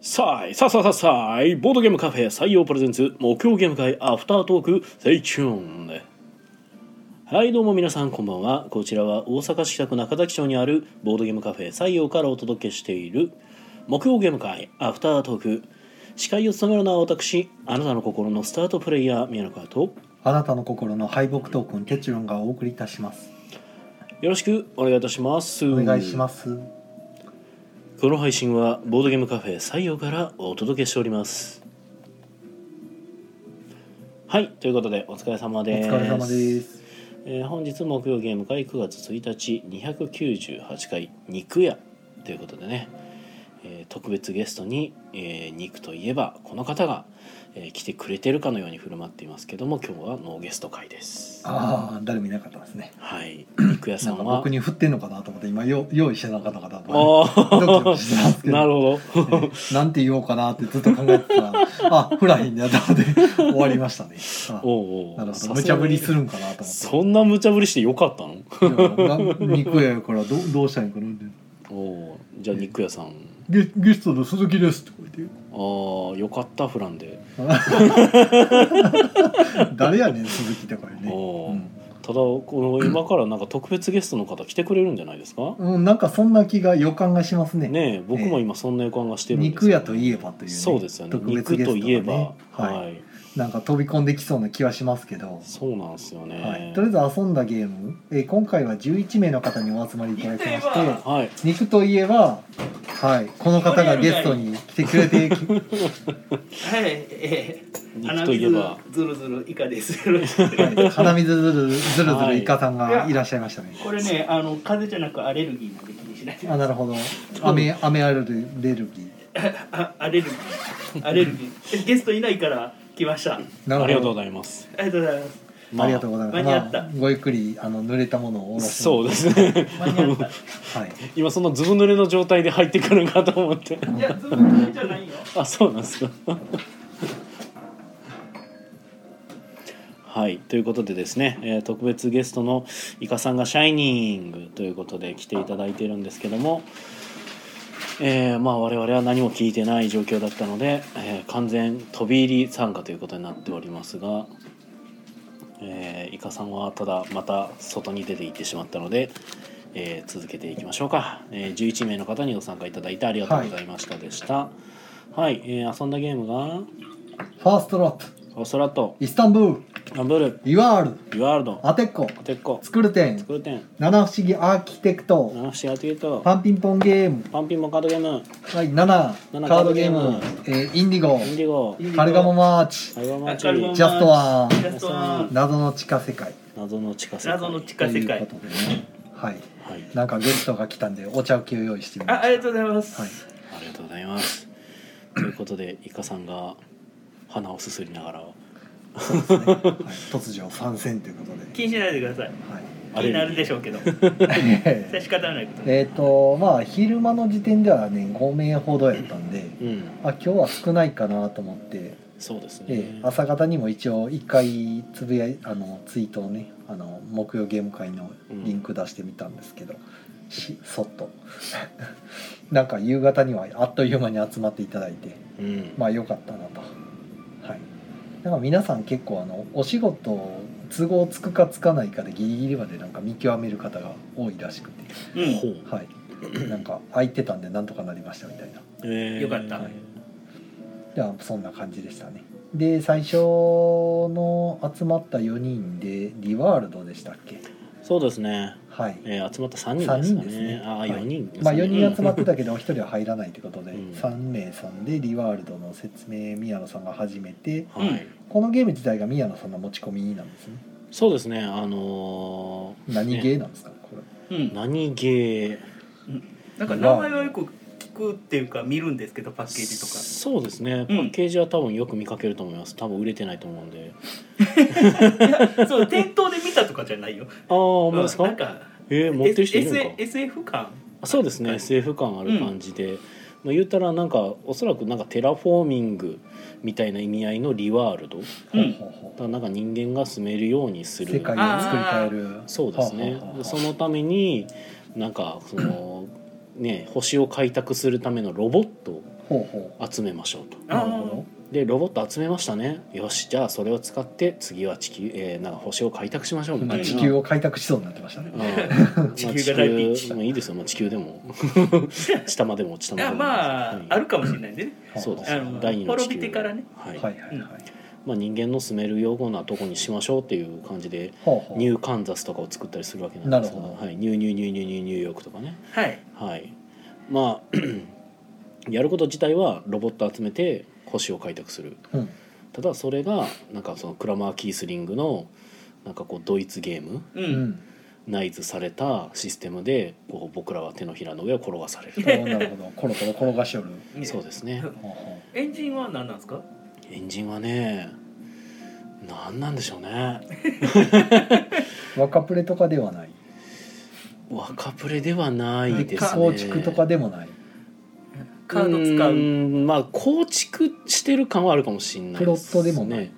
さあいさあさあさあさあいボードゲームカフェ採用プレゼンツ目標ゲーム会アフタートークセイチューンはいどうも皆さんこんばんはこちらは大阪市北区中崎町にあるボードゲームカフェ採用からお届けしている目標ゲーム会アフタートーク司会を務めるのは私あなたの心のスタートプレイヤー宮野川とあなたの心の敗北トークンテチロンがお送りいたしますよろしくお願いいたしますお願いしますこの配信はボードゲームカフェ採用からお届けしておりますはいということでお疲れ様おです疲れ様ですえー本日木曜ゲーム会9月1日298回肉屋ということでね、えー特別ゲストに、えー肉といえばこの方が、えー来てくれてるかのように振る舞っていますけども今日はノーゲスト会ですああ誰もいなかったですねはい肉屋さなんんかは僕に振ってんのかなと思って今よ用意してなかったからドあキドキしてますー けなどるほどえー なんて言おうかなってずっと考えてたらあフラインやったので終わりましたねあおうおうなるほさすがどに無茶ぶりするんかなとそんな無茶ぶりしてよかったの思っていやな肉屋からどどうしたらいいんかなっておおじゃあ肉屋さんゲゲストの鈴木ですってこう言ってあーよかったフランで、誰やねん鈴木とかねおーうんただこの今からなんか特別ゲストの方来てくれるんじゃないですかうん、なんかそんな気が予感がしますね。ねえ僕も今そんな予感がしてるんです肉屋といええばという、ね、そうですよね特別肉ゲストとがねいえばは、はいい、なんか飛び込んできそうな気はしますけど、そうなんですよねはい、とりあえず遊んだゲーム、えー今回は11名の方にお集まりいただきましてはい肉といえば、はい、この方がゲストに来てくれてきはい、えー、肉花といえ水ばズルズルイカです。 よろしくはい鼻水ずるずるずるイカさんがいらっしゃいましたね。これね、あの風邪じゃなくアレルギーまで気にし ないで。あなるほど雨雨アレルギあ、アレルギー、アレルギー。ゲストいないから来ました。あーなるほどありがとうございます、りがとうございます。ありがとうございます、間に合ったまあ、ごゆっくりあの濡れたものをおろすのそうですね間に合っはい、 今そのずぶ濡れの状態で入ってくるかと思ってた。いや、ズルズルじゃないよ。あそうなんですかはいということでですね、えー特別ゲストのイカさんが「シャイニング」ということで来ていただいているんですけども、えーまあ我々は何も聞いてない状況だったので、えー完全飛び入り参加ということになっておりますが、えーイカさんはただまた外に出て行ってしまったので。えー続けていきましょうか、えー11名の方にご参加いただいてありがとうございましたでした、はい、えー遊んだゲームがファーストラップオソラト、イスタンブールランブル、イワールユワールド、アテッコアテッコ、作る点スクルテン、七不思議アーキテクトナフシアティート、パンピンポンゲームパンピンモカードゲーム、はい7七カードゲームカーえーインディゴインディゴ、カルガモマーチアルバマーチカルガー、モマジャストワジンャストワン。謎の地下世界謎の地下世界。謎の地と下世いうこ界。とでねはいはい、なんかゲストが来たんでお茶受けを用意してみまあ、しありがとうございます。たはいありがとうございます。ということで、イカさんが鼻をすすりながら、そうですねはい突如参戦ということで気にしないでください。は気になるでしょうけど。い仕方ないこと。 えっとまあ昼間の時点ではね5名ほどやったんでうん、あ今日は少ないかなと思ってそうですね。ええ朝方にも一応一回つぶやいあのツイートをねあの木曜ゲーム会のリンク出してみたんですけど、しそっと なんか夕方にはあっという間に集まっていただいてうん、まあ良かったなとはいなんか皆さん結構あのお仕事都合つくかつかないかでギリギリまでなんか見極める方が多いらしくてうんほ。う、はいなんか空いてたんでなんとかなりましたみたいなえーよかったはいじゃあそんな感じでしたねで最初の集まった4人でリワールドでしたっけそうですね。はいえー集まった三人ですか三人ですね。ねああ、はい四人ですね。まあ4人集まってたけどお一人は入らないということでうん3名さんでリワールドの説明宮野さんが始めてうんはい。このゲーム自体が宮野さんの持ち込みなんですねそうですね。あのー何ねゲーなんですかこれうん。何ゲーなんか名前はよく聞くっていうか見るんですけど、パッケージとか。そうですねパッケージは多分よく見かけると思います多分売れてないと思うんでいや そう店頭で見たとかじゃないよ。ああ思いますか、なんかえー持ってる人いるの S か SF 感。あそうですね、はい SF 感ある感じで、まあ、言ったらなんかおそらくなんかテラフォーミングみたいな意味合いのリワールドだかうんほうほうほらなんか人間が住めるようにすうる世界を作り変えるそうですねほうほうほうそのためになんかそのね星を開拓するためのロボットほうほ集めましょうとう。あなーるほど。でロボット集めましたねよしじゃあそれを使って次は地球、えーなんか星を開拓しましょうみた今いな地球を開拓しそうになってましたね うん。まあ地球が大ピンチ地球まあいいですよ、まあ、地球で も下までも下まであもまあ、はいあるかもしれないんでねそうですあねの第二の地球滅びてからねはいはいはいはい。まあ、人間の住めるようなとこにしましょうっていう感じでほうほう。ニューカンザスとかを作ったりするわけなんですけどなるほはい、ニューニューニューニューニューニューヨークとかねはいはいまあ やること自体はロボット集めて星を開拓するうん。ただそれがなんかそのクラマー・キースリングのなんかこうドイツゲームう、うんん。内図されたシステムでこう僕らは手のひらの上を転がされ おるーなるほど。コロコロ転がしよる。ねそうですねほうほエンジンは何なんですかエンジンはね何なんでしょうねう。若プレとかではない。若プレではないですね構築とかでもない。カード使ーうんまあ構築してる感はあるかもしれないすプロットでもない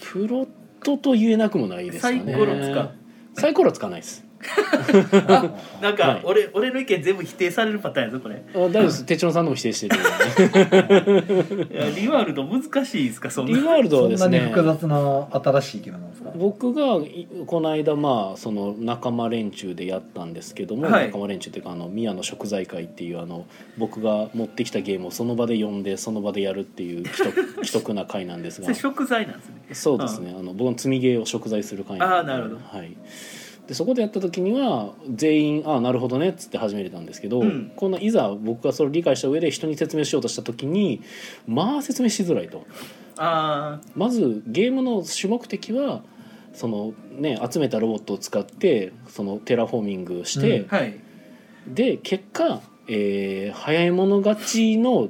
プロットと言えなくもないですかねサイコロ使うサイコロ使わないですなんはかい俺,、俺の意見全部否定されるパターンやぞこれあ大丈夫です哲郎さんのも否定してる いやリワールド難しいですかそんリなワールドそはんでなすにね複雑な新しいゲームなんですか。僕がいこの間まあその仲間連中でやったんですけども、はい仲間連中っていうかあの宮野食材会っていうあの僕が持ってきたゲームをその場で読んでその場でやるっていう既得 既得な会なんですそがれ食材なんですねそうですね、あの僕の積みゲーを食材する会んであーなるほはい、でそこでやった時には全員「ああなるほどね」っつって始めれたんですけど、うんこんないざ僕がそれを理解した上で人に説明しようとした時にまあ説明しづらいと。あまずゲームの主目的はそのね集めたロボットを使ってそのテラフォーミングして、うんあはいで結果、えー早い者勝ちの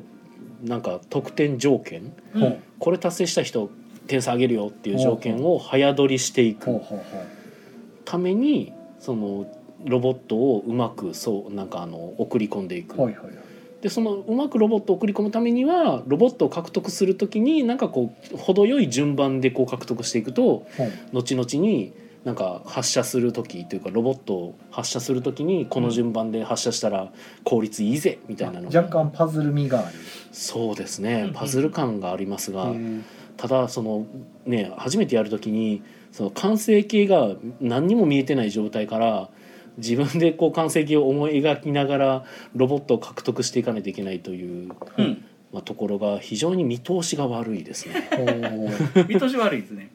なんか得点条件うんほうこれ達成した人点数上げるよっていう条件を早取りしていほうくほうほう。ためにそのロボットをうまくそうなんかあの送り込んでいく、はいはいはい。でそのうまくロボットを送り込むためにはロボットを獲得する時になんかこう程よい順番でこう獲得していくとほう後々になんか発射する時というかロボットを発射する時にこの順番で発射したら効率いいぜみたいなのが若干パズル味がある。そうですうんうねんパズル感がありますがへーただそのね初めてやる時にその完成形が何にも見えてない状態から自分でこう完成形を思い描きながらロボットを獲得していかないといけないという、うんまあ、ところが非常に見通しが悪いですねほう見通し悪いですね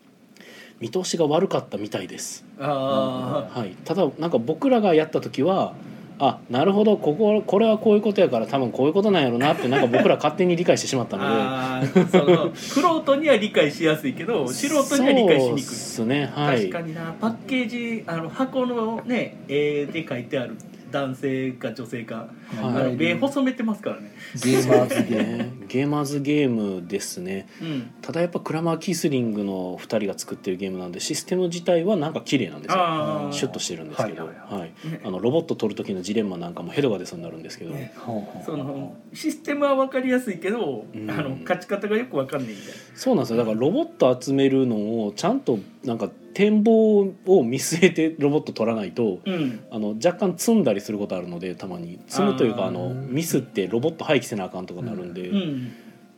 見通しが悪かったみたいですああはい、ただなんか僕らがやった時はあなるほどこここれはこういうことやから多分こういうことなんやろなってなんか僕ら勝手に理解してしまったので あーそのくろうとには理解しやすいけど素人には理解しにそうくでいすねはい確かになパッケージあの箱のね絵で書いてある男性か女性か、はいあの目ゲーマ細めてますからね、ーズゲーム。ねゲーマーズゲームですねうん、ただやっぱクラマー・キースリングの2人が作ってるゲームなんでシステム自体はなんか綺麗なんですよああシュッとしてるんですけど、ははいいはいはあのロボット取る時のジレンマなんかもヘドが出そうになるんですけど、ねほうほうそのシステムは分かりやすいけど、うんあの勝ち方がよく分かんないみたいそうなんですよだからロボット集めるのをちゃんとなんか展望を見据えて ロボット取らないとな、うん、あの若干積んだりすることあるのでたまに積むというかあーあのミスってロボット廃棄せなあかんとかなるんで,、うん、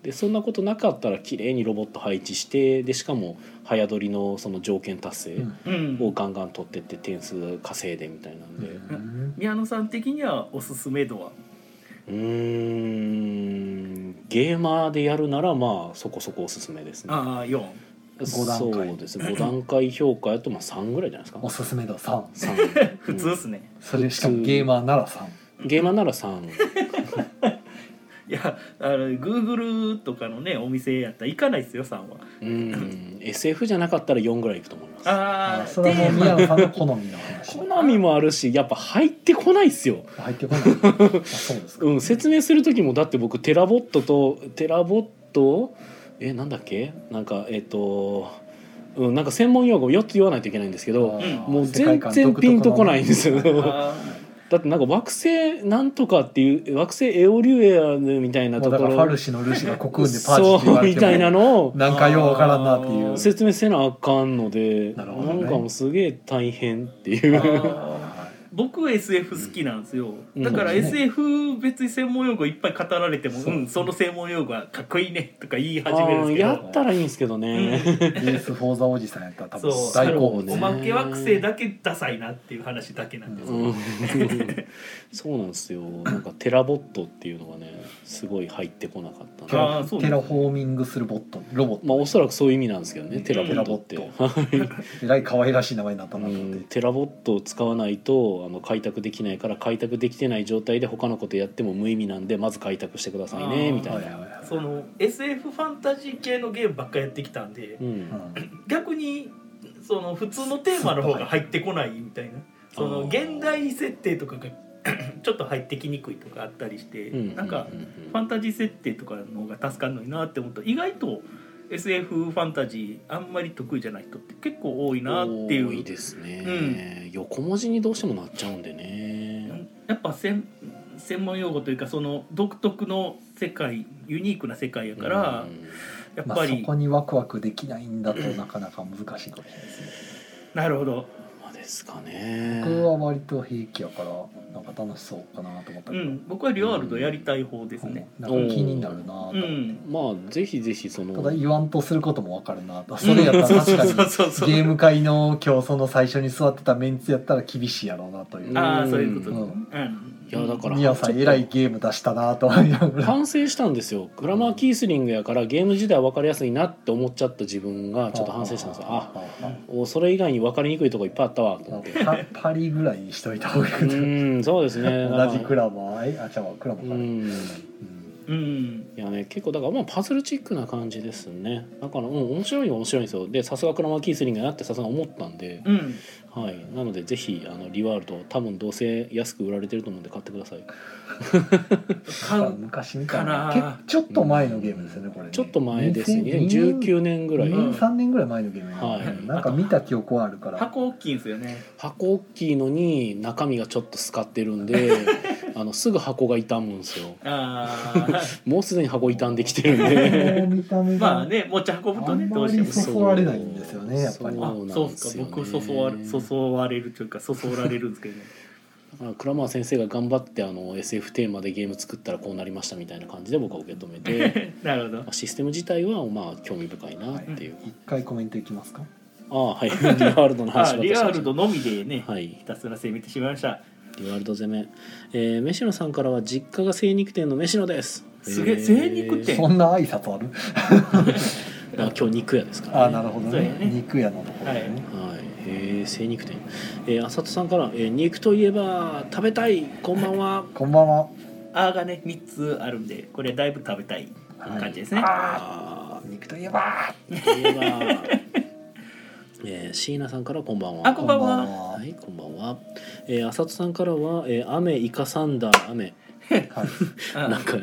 でそんなことなかったら綺麗にロボット配置してでしかも早取りのその条件達う成んうんをガンガン取ってって点数稼いでみたいなんでううん宮野さん的にはおすすめ度はーんゲーマーでやるならまあそこそこおすすめですねああ4五段階そうですね5段階評価やとまあ3ぐらいじゃないですかおすすめ度3 3普通っすね、それしかもゲーマーなら3ゲーマーなら3いやあの Google とかのねお店やったら行かないっすよ3はうん SF じゃなかったら4ぐらいいくと思いますああそれはもう宮野さんの好みの話好みもあるしやっぱ入ってこないっすよ、入ってこないあそうですかうん、説明する時もだって僕テラボットとテラボットえなんだっけなんかえっ、と、うん、なんか専門用語4つ言わないといけないんですけどあーもう世界全観然ピンとこないんですよ独特のあ だってなんか惑星なんとかっていう惑星エオリュエアみたいなもとうこだからファルろシのルシがコクーンでパそーチって言わうれみたいてなものをなんかようわからんなっていうあー説明せなあかんのでな,、なるほどねんかもうすげえ大変っていうあーは僕 SF 好きなんですよ、うんだからうん SF 別に専門用語いっぱい語られても「そううんその専門用語はかっこいいね」とか言いあ始めるんーですけやどったらいいんですけどね、レース・フォー・ザ・おじさんやったら多分そう大好物そうおねまけは癖だけダサいなっていう話だけなんですうんそうなんですよなんかテラボットっていうのがねすごい入ってこなかったテなあラーそうテラフォーミングするボットロボットまあおそらくそういう意味なんですけどねテラボットってテラえらい可愛らしい名前になったなうと思っんてテラボットを使わないとあの開拓できないから開拓できてない状態で他のことやっても無意味なんでまず開拓してくださいねあーみたいはいな、はいはいその SF ファンタジー系のゲームばっかやってきたんでうんうん逆にその普通のテーマの方が入ってこないみたいなそのあー現代設定とかが ちょっと入ってきにくいとかあったりしてうなんかファンタジー設定とかの方が助かるのになって思った意外と SF ファンタジーあんまり得意じゃない人って結構多いなってい多いうですね、横文字にどうしてもなっちゃうんでねやっぱ専専門用語というかその独特の世界ユニークな世界やからうんやっまあぱそり、こにワクワクできないんだとなかなか難しいかもしれないですねなるほどまあですかね僕は割と平気やからなんか楽しそうかなと思ったうけど、ん僕はリワールドやりたい方ですねうんなんか気になるなと、うんまあぜひぜひそのただ言わんとすることもわかるなとそれやったら確かにそうそうそうゲーム会の今日その最初に座ってたメンツやったら厳しいやろうなというム ああそういうことねうんうんいやだから宮さんえらいゲーム出したなと思いながら反省したんですよグラマーキースリングやからゲーム自体は分かりやすいなって思っちゃった自分がちょっと反省したんですよあおそれ以外に分かりにくいとこいっぱいあったわと思ってパパリぐらいにしといた方がいいうかなーんそうですね 同じクラマーえあじゃあクラマうーかねんうんうんいやね結構だからまあパズルチックな感じですねだからうん面白いは面白いんですよでさすがクラマーキースリングやなってさすが思ったんで、うんはいなのでぜひあのリワールド多分どうせ安く売られてると思うんで買ってください買なんかう昔みたいかななけちょっと前のゲームですよねこれねちょっと前です2000 2019年ぐらい、うん3年ぐらい前のゲームやねはいなんか見た記憶はあるから箱大きいんですよね箱大きいのに中身がちょっと透かってるん であのすぐ箱が傷むんですよああ もうすでに箱傷んできてるんで見た目がまあね持ち運ぶとねあんまりどうしても そわれないんですよねやっぱりあなんそうっですすかよね僕そそわれそそわれるというかそそられるんですけどね だから倉間先生が頑張ってあの SF テーマでゲーム作ったらこうなりましたみたいな感じで僕は受け止めてなるほどまあシステム自体はまあ興味深いなっていう、一回コメントいきますかああはい リワールドの話ばっあかりしリてワましーたルドのみでねはいひたすら攻めてしまいましたリワールド攻め、えー、飯野さんからは実家が精肉店の飯野ですすげえー精肉店そんな挨拶あるまあ今日肉屋ですから、あなるほどそうやねね肉屋のところでね、はい、えー、精肉店、えー、浅田さんから、えー肉といえば食べたいこんばんはこんばんは、あーがね3つあるんでこれだいぶ食べたい感じですね、あ肉といえばー といえばえー、椎名さんからこんばんはあこんばんはは はいこんばんは、えー、浅田さんからは、えー、雨イカサンダー雨はいあなんか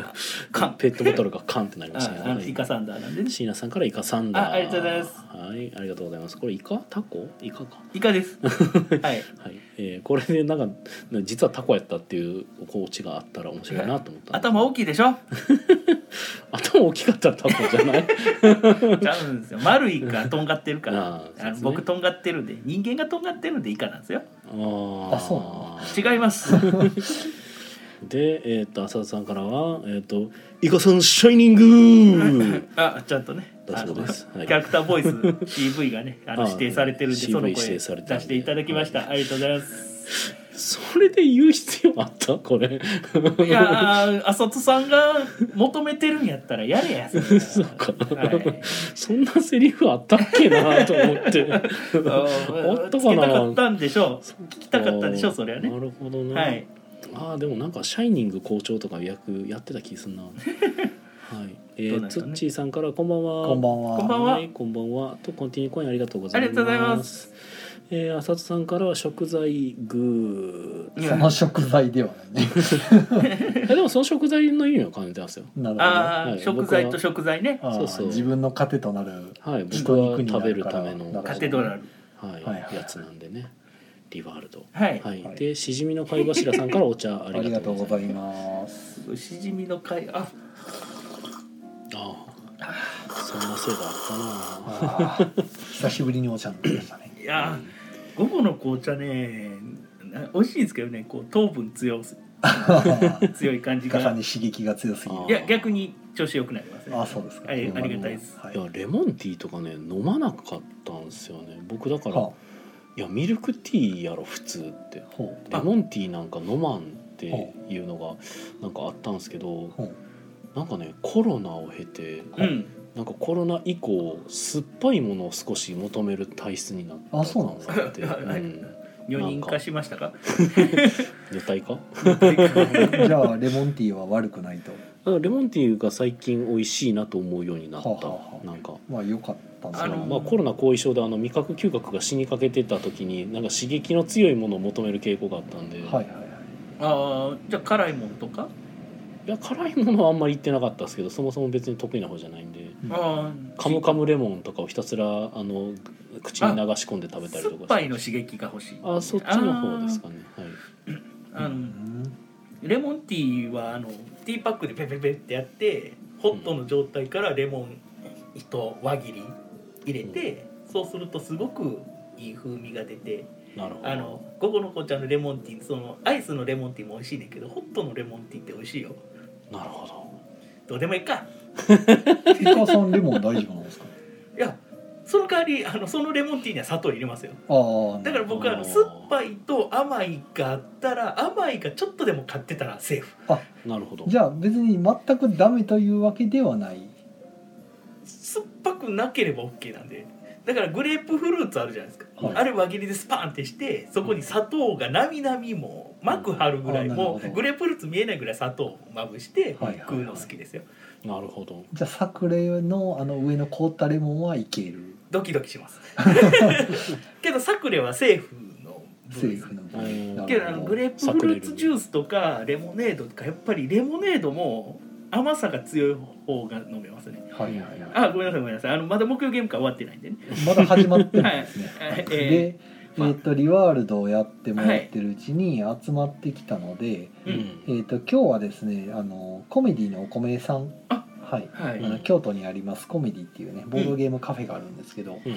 カンペットボトルがカンってなりましたねああのイカサンダーなんでね椎名さんからイカサンダーあありがとうございますはいありがとうございますこれイカタコイカかイカで すはいはい、えー、これでなんか実はタコやったっていうコーチがあったら面白いなと思ったんです頭大きいでしょ頭大きかったらタコじゃ ないちゃうんですよ丸いかとんがってる かあらーあそうですのね僕とんがってるんで人間がとんがってるんでイカなんですよああそうなう違いますで、えー、と浅田さんからは「えー、とイカさんシャイニン グあちゃんとねだそうですあのはいキャラクターボイス CV がねあのあー指定されてるんで CV その声指出定されてたんでしていただきましたありがとうございますそれで言う必要あったこれいやー浅戸さんが求めてるんやったらやれやそれはそうかはい そんなセリフあったっけなと 思ってああったつかけたかなったんでしょう聞きたかったんでしょうそれはねなるほどね、はいあーでもなんか「シャイニング校長」とか役やってた気す んなはい、えどうーなんですツかねッチーさんからこんばんはこんばんはこんばんはいこんばんはとコンティニューコインありがとうございますありがとうございますえー、浅田さんからは食材グその食材ではないねーえでもその食材の意味は感じてますよなるほどあ あはあい食材と食材ねーそうそう自分の糧となるはい僕は人に食なべるるかたらめのなるほどカテドラルはいはいはいやつなんでねリワールドはいはい、はいでしじみの貝柱さんからお茶あありりががととううごござざいいますますしじみの貝あああそんなせいがあったなあー久しぶりにお茶飲みましたねいやー午後の紅茶ねね美味しいんですけどねこう糖分強す 強い感じかさがに刺激が強すぎるあいや逆に調子良くなりますねあそうですか、はいありがたいですはいいやレモンティーとかね飲まなかったんですよね僕だから、はいやミルクティーやろ普通ってあほレモンティーなんか飲まんっていうのがなんかあったんですけどうほうなんかねコロナを経てうんなんかコロナ以降酸っぱいものを少し求める体質になったあそうなんです感があって、はういん、女人化しましたか女体化じゃあレモンティーは悪くないとあレモンティーが最近美味しいなと思うようになった、はあはあはあなんかまあ良かったんそだあののまあ、コロナ後遺症であの味覚嗅覚が死にかけてた時になんか刺激の強いものを求める傾向があったんで、はいはいはい ああじゃあ辛いものとかいや辛いものはあんまり言ってなかったですけどそもそも別に得意な方じゃないんでうんあ「あカムカムレモン」とかをひたすらあの口に流し込んで食べたり酸とっかぱしいての刺激が欲しいあそっちの方ですかねはいあうのんレモンティーはあのティーパックでペペペってやってホットの状態からレモンと輪切り入れて、そうするとすごくいい風味が出てなるほどあの午後の紅茶のレモンティーそのアイスのレモンティーも美味しいねんけどホットのレモンティーって美味しいよなるほどどうでもいいかイカさんレモン大丈夫なんですかいやその代わりあのそのレモンティーには砂糖入れますよああだから僕はああのー酸っぱいと甘いがあったら甘いがちょっとでも買ってたらセーフなるほどじゃあ別に全くダメというわけではない酸っぱくなければ OK なんでだからグレープフルーツあるじゃないですか、はいあれ輪切りでスパーンってしてそこに砂糖がなみなみも膜張るぐらいうんあなるもほどうグレープフルーツ見えないぐらい砂糖をまぶしてはいはいはい食うの好きですよなるほどじゃあサクレのあの上の凍ったレモンはいけるドキドキします けどサクレはセーフのセ部類ーフの部うん類なるほどけどあのグレープフルーツジュースとかレモネードとかやっぱりレモネードも甘さが強い方が飲めますねはいはいはいあごめんなさいごめんなさいあのまだ木曜ゲーム会終わってないんでねまだ始まってない ですね。はいはいで、まあえっとリワールドをやってもらってるうちに集まってきたので、うんえっと今日はですねあのコメディのお米さんあはい、はい、あの京都にありますコメディっていうねボードゲームカフェがあるんですけど、うん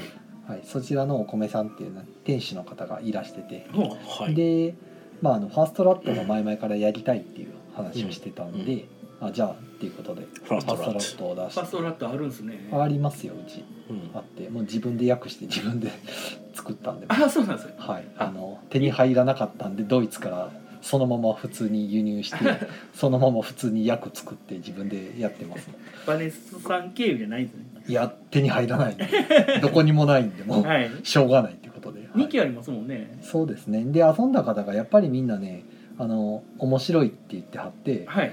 はい、そちらのお米さんっていう、ね、店主の方がいらしてて、もはいで、まあ、あのファーストラットが前々からやりたいっていう話をしてたんで、あじゃあっていうことでファーストラットトを出うファーしストラットあるんですねてありますようちうんあってもう自分で訳して自分で 作ったんで。あそうなんですよはい、ああの手に入らなかったんでドイツからそのまま普通に輸入してそのまま普通に訳作って自分でやってますバネスさん経由じゃないんですねいや手に入らないんでどこにもないんでもうはいしょうがないってことで、はい2機ありますもんねそうですねで遊んだ方がやっぱりみんなねあの面白いって言ってはってはい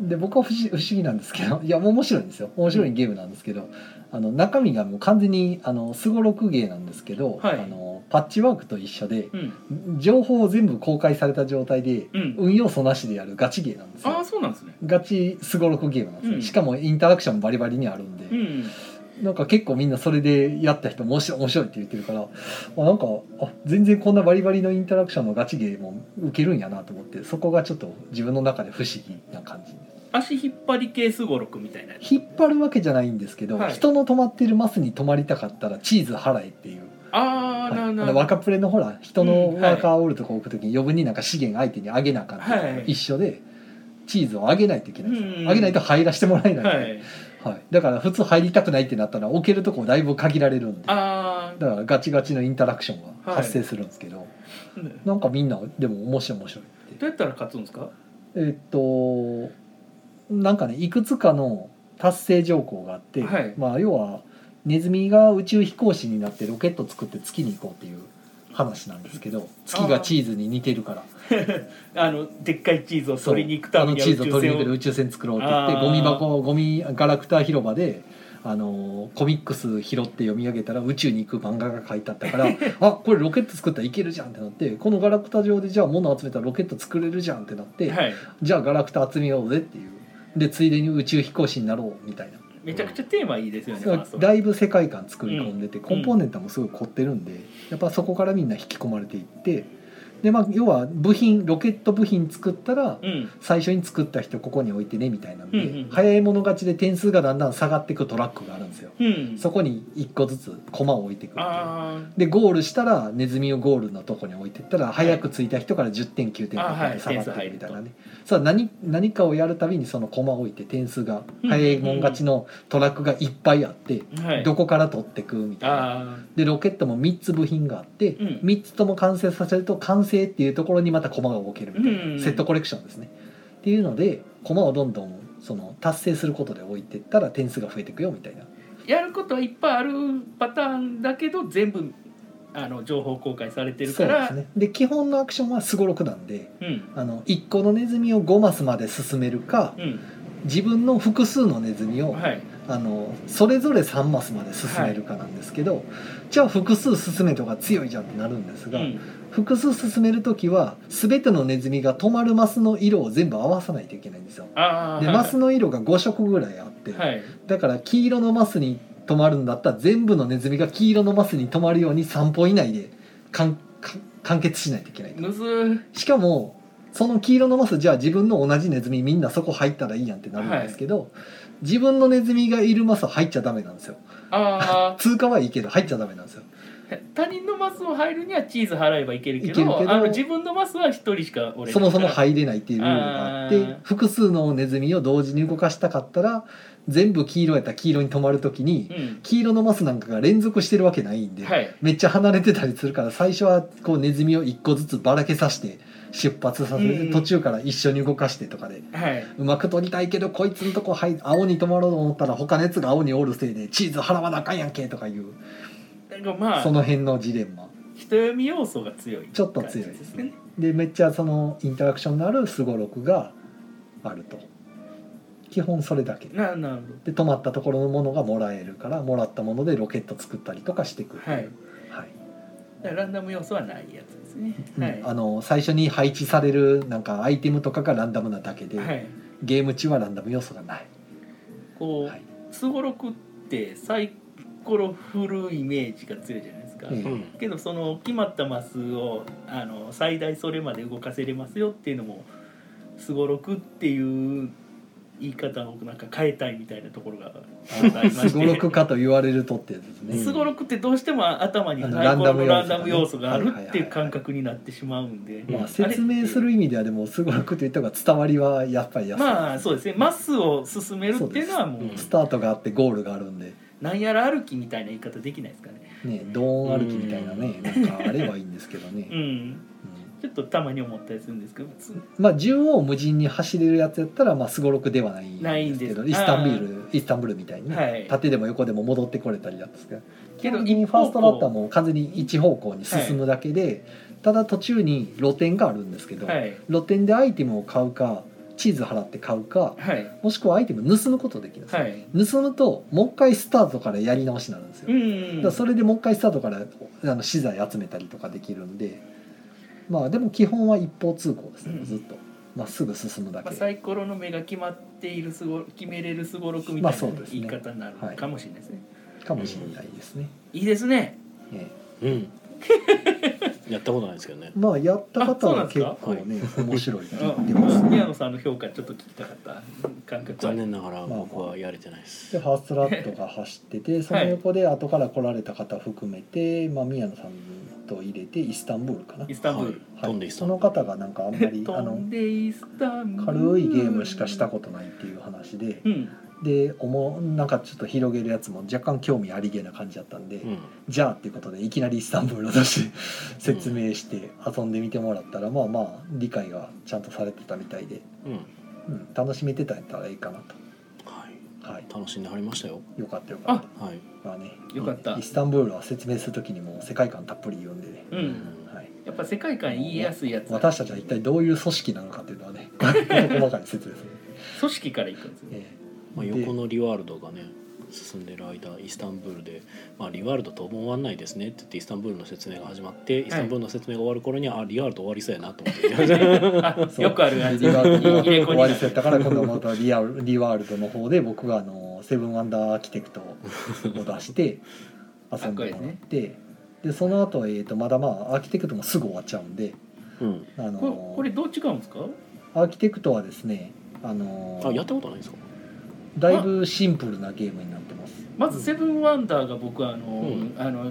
で僕は不思不思議なんですけどいやもう面白いんですよ面白いゲームなんですけど、あの中身がもう完全にあのすごろく芸なんですけど、はいあのパッチワークと一緒でうん情報を全部公開された状態でうん運要素なしでやるガチゲーなんですああよそうなんですねガチすごろくゲームなんですよ、うんしかもインタラクションバリバリにあるんうで、んなんか結構みんなそれでやった人面白い面白いって言ってるからあなんかあ全然こんなバリバリのインタラクションのガチゲーも受けるんやなと思ってそこがちょっと自分の中で不思議な感じ足引っ張り系すごろくみたいなやつ引っ張るわけじゃないんですけど、はい人の止まってるマスに止まりたかったらチーズ払えっていうああはい、あなるのほど若プレのほら人うのんはいワーカーおるとこ置くときに余分になんか資源相手にあげなあかんとかはい一緒でチーズをあげないといけないんですうんよあげないと入らしてもらえないんで、ははいいだから普通入りたくないってなったら置けるとこだいぶ限られるんでだかああらガチガチのインタラクションが発生するんですけど、うんなんかみんなでも面白い面白いってどうやったら勝つんですかえっとなんかねいくつかの達成条項があって、はいまあ要はネズミが宇宙飛行士になってロケット作って月に行こうっていう話なんですけど月がチーズに似てるからあのでっかいチーズをそう取りに行くためにあはのチーズ宇を宙取りに行船くを宇宙船作ろうって言ってあーゴミ箱ゴミガラクタ広場であのーコミックス拾って読み上げたら宇宙に行く漫画が書いてあった からあこれロケット作ったらいけるじゃんってなってこのガラクタ上でじゃあ物集めたらロケット作れるじゃんってなって、はいじゃあガラクタ集めようぜっていうでついでに宇宙飛行士になろうみたいなめちゃくちゃテーマいいですよねファーストラッだいぶ世界観作り込んでて、んコンポーネントもすごい凝ってるんでやっぱそこからみんな引き込まれていってでまあ要は部品ロケット部品作ったらうん最初に作った人ここに置いてねみたいなんで、うんうん早い者勝ちで点数がだんだん下がっていくトラックがあるんですようんそこに1個ずつ駒を置いていくっていうあでゴールしたらネズミをゴールのとこに置いてったら早く着いた人から10点9点あはい下がってくるみたいなねさあ何何かをやるたびにその駒を置いて点数がうん早いもん勝ちのトラックがいっぱいあってーはいどこから取ってくみたいな。あでロケットも3つ部品があって、うん3つとも完成させると完成っていうところにまた駒が置けるみたいな、うんセットコレクションですね。っていうので駒をどんどんその達成することで置いてったら点数が増えていくよみたいな。ーやることはいっぱいあるパターンだけど全部あの情報公開されてるそかうでらすね、で基本のアクションはすごろくなんで。うんあの1個のネズミを5マスまで進めるかうん自分の複数のネズミを、はいあのそれぞれ3マスまで進めるかなんですけど、じゃあ複数進めとか強いじゃんってなるんですうが、ん複数進める時は全てのネズミが止まるマスの色を全部合わさないといけないんですよ。ああでマスの色が5色ぐらいあって、はいだから黄色のマスに止まるんだったら全部のネズミが黄色のマスに止まるように3歩以内でかんか完結しないといけないと。むずーしかもその黄色のマスじゃあ自分の同じネズミみんなそこ入ったらいいやんってなるんですけど、自分のネズミがいるマスは入っちゃダメなんですよあ通過はいいけど入っちゃダメなんですよあ 他人のマスを入るにはチーズ払えばいけるけどいけるけどあの自分のマスは一人しか俺そもそも入れないっていうルールがあっあてー複数のネズミを同時に動かしたかったら全部黄色やったら黄色に止まる時にうん黄色のマスなんかが連続してるわけないんで、はいめっちゃ離れてたりするから最初はこうネズミを1個ずつばらけさせて出発させて、うんうん途中から一緒に動かしてとかではいうまく取りたいけどこいつのとこ、はい、青に止まろうと思ったら他のやつが青におるせいでチーズ払わなあかんやんけとかいうなんかまあその辺のジレンマ人読み要素が強いちょっと強い感でじすねでめっちゃそのインタラクションのあるすごろくがあると基本それだけななるほで止まったところのものがもらえるからもらったものでロケット作ったりとかしていくどはいはいだからランダム要素はないやつですねうんはい、あの最初に配置されるなんかアイテムとかがランダムなだけで、はいゲーム中はランダム要素がない、こはいうすごろくってサイコロ振るイメージが強いじゃないですか、うんうんけどその決まったマスをあの最大それまで動かせれますよっていうのもすごろくっていう言い方をなんか変えたいみたいなところがありまし てすごろくかと言われるとってやつですね、うんすごろくってどうしても頭にあサのイコロのラランンダダムム要要素素がねがあるっていう感覚になってしまうんで、まうあ、ん説明する意味ではでもすごろくと言った方が伝わりはやっぱりやすい、まあそうですねマスを進めるっていうのはもうそうですスタートがあってゴールがあるんで、なんやら歩きみたいな言い方できないですかねね、ドーン歩きみたいなねなんかあればいいんですけどね、ううんんちょっとたまに思ったりするんですけどつまあ縦横無尽に走れるやつやったらまあすごろくではないんないでんすでけすどイスタンビールイスタンブールみたいにね、はい縦でも横でも戻ってこれたりだったんですけどけ基ど本的にファーストラッター一方向も完全に一方向に進むだけで、ただ途中に露店があるんですけど、はい露店でアイテムを買うかチーズ払って買うかはいもしくはアイテム盗むことできるんですよはい盗むともう一回スタートからやり直しになるんですよ、うだんからそれでもう一回スタートからあの資材集めたりとかできるんでまあでも基本は一方通行ですね、うんずっとまっすぐ進むだまあ、け、サイコロの目が決まっているすご決めれるすごろくみまたあいそなうですね言い方になるはいかもしれないですね。かもしれないですね、い、いですね。えうん、 やったことないですけどねえまあやった方はあそう結なんかです構ね面白いってう言ってんますね宮野さんの評価ちょっと聞きたかった感覚は残念ながら僕はやれてないでですファーストラットが走って てその横で後から来られた方含めて、まあ、宮野さんと入れてイスタンブールかなイ、スタンブール、はい、は飛んでい、いったその方がなんかあんまりあ飛のんでイスタンブール軽いゲームしかしたことないっていう話でうんでおもなんかちょっと広げるやつも若干興味ありげな感じだったんで、うんじゃあっていうことでいきなりイスタンブールを出して説明して遊んでみてもらったらまあまあ理解がちゃんとされてたみたいで、うんうん、楽しめてたんやったらいいかなはいと。はい楽しんではりましたよよかったよかった。はいまあね、よかったイスタンブールは説明するときにもう世界観たっぷり言うんでね、ううんはい、やっぱ世界観言いやすいやつ私たちは一体どういう組織なのかっていうのはね 細かに説明する、組織からいくんですねえまあ、横のリワールドがね進んでる間イスタンブールで「まあ、リワールドと思わんないですね」って言ってイスタンブールの説明が始まって、イスタンブールの説明が終わる頃にはあリワールド終わりそうやなと思ってあよくある感じリワールド入れ子終になわるりそうやったから今度はまたリアルリワールドの方で僕があのセブンアンダーアーキテクトを出して遊んでもらってでその後、えー、とまだまあアーキテクトもすぐ終わっちゃうんで うん、あのこれこれどう違うんですかアーキテクトはですねあのあやったことないんですかだいぶシンプルなゲームになってますまず「セブンワンダー」が僕はあの、んあの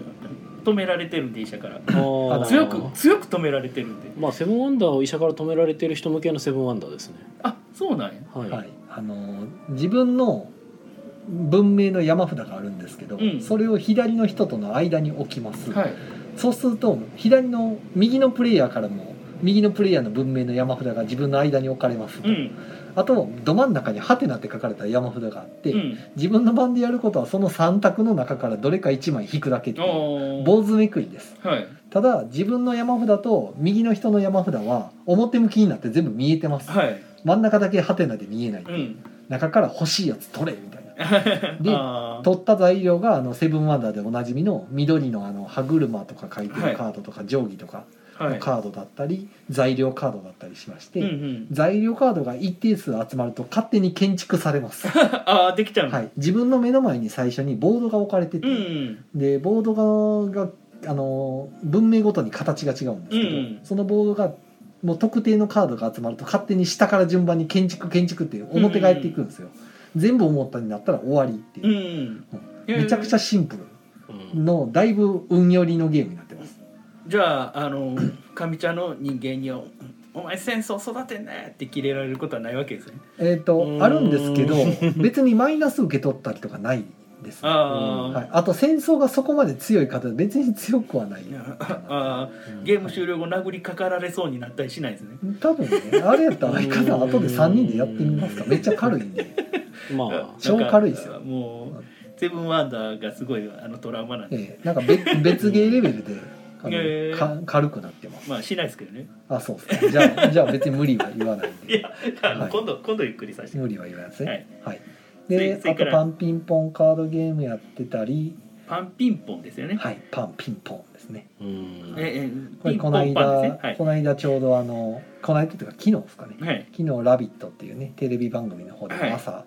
止められてるんで医者からあー強く強く止められてるんでまあセブンワンダーを医者から止められてる人向けのセブンワンダーですねあそうなんやはい、はい、あの自分の文明の山札があるんですけど、うんそれを左の人との間に置きます、はいそうすると左の右のプレイヤーからも右のプレイヤーの文明の山札が自分の間に置かれますと、うんあとど真ん中に「ハテナって書かれた山札があって、うん自分の番でやることはその3択の中からどれか1枚引くだけっていうおー坊主めくりですはいただ自分の山札と右の人の山札は表向きになって全部見えてます、はい真ん中だけハテナで見えない、うん中から欲しいやつ取れみたいな であー取った材料があのセブンワンダーでおなじみの緑のあの歯車とか書いてるカードとか定規とかはのいカードだったり材料カードだったりしまして、うんうん、材料カードが一定数集まると勝手に建築されます、はああできちゃうの、い、自分の目の前に最初にボードが置かれてて、うんうんでボードががあの文明ごとに形が違うんですけど、うんうんそのボードがもう特定のカードが集まると勝手に下から順番に建築建築って表返っていくんですよ、全部思ったになったら終わりっていうう、んうんめちゃくちゃシンプうんルのだいぶ運寄りのゲームになってますじゃああのかみちゃんの人間にお「お前戦争育てんね」ってキレられることはないわけですねえうっ、ーとんあるんですけど別にマイナス受け取ったりとかないです、ねあー、はい、あと戦争がそこまで強い方で別に強くはないあーゲーム終了後殴りかかられそうになったりしないですね多分ねあれやったら相 方後で3人でやってみますかめっちゃ軽いんでまあ超軽いですよなんかもうセブンワンダーがすごいあのトラウマなんで、ええなんか別別ゲーレベルであのええか軽くなってますまあしないですけどねあそうですかじゃあ じゃあ別に無理は言わないんいでや あのはい今度今度ゆっくりさせて無理は言わないですねははい、い、つでいつあいとからパンピンポンカードゲームやってたりパンピンポンですよね、はい、パンピンポンですね。うんええこピれンポこンのパ間、ンですねこの間ちょうどあのこの間というか昨日ですかね。はい、はい、昨日ラビットっていうねテレビ番組の方ではい朝、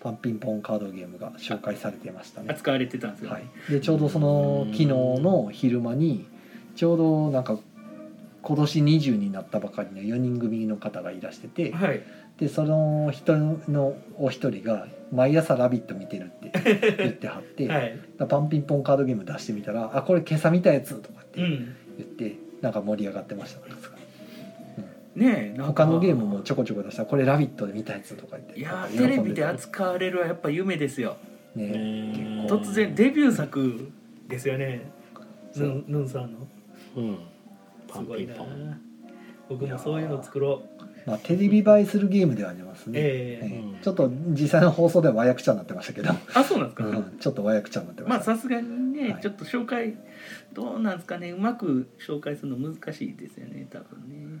パンピンポンカードゲームが紹介されてましたね。扱われてたんですよ、はい。でちょうどその昨日の昼間にちょうどなんか今年20になったばかりの4人組の方がいらしてて、はい、でその人のお一人が毎朝ラビット見てるって言ってはって、 はい、パンピンポンカードゲーム出してみたらあこれ今朝見たやつとかって。うん、言ってなんか盛り上がってましたなんかねえなん他かのゲームもちょこちょこ出したらこれ「ラビット!」で見たやつとか言っていなやんーか喜んテレビでた扱われるはやっぱ夢ですよねねうん突然デビュー作ですよねヌンヌンさんのうんすパンごピいンなポン僕もそういうの作ろうまあテレビ映えするゲームではありますね、えええうんちょっと実際の放送では和訳者になってましたけど、あそうなんですか、うん、ちょっと和訳者になってままあした、さすがにね、はいちょっと紹介どうなんですかねうまく紹介するの難しいですよね多分ね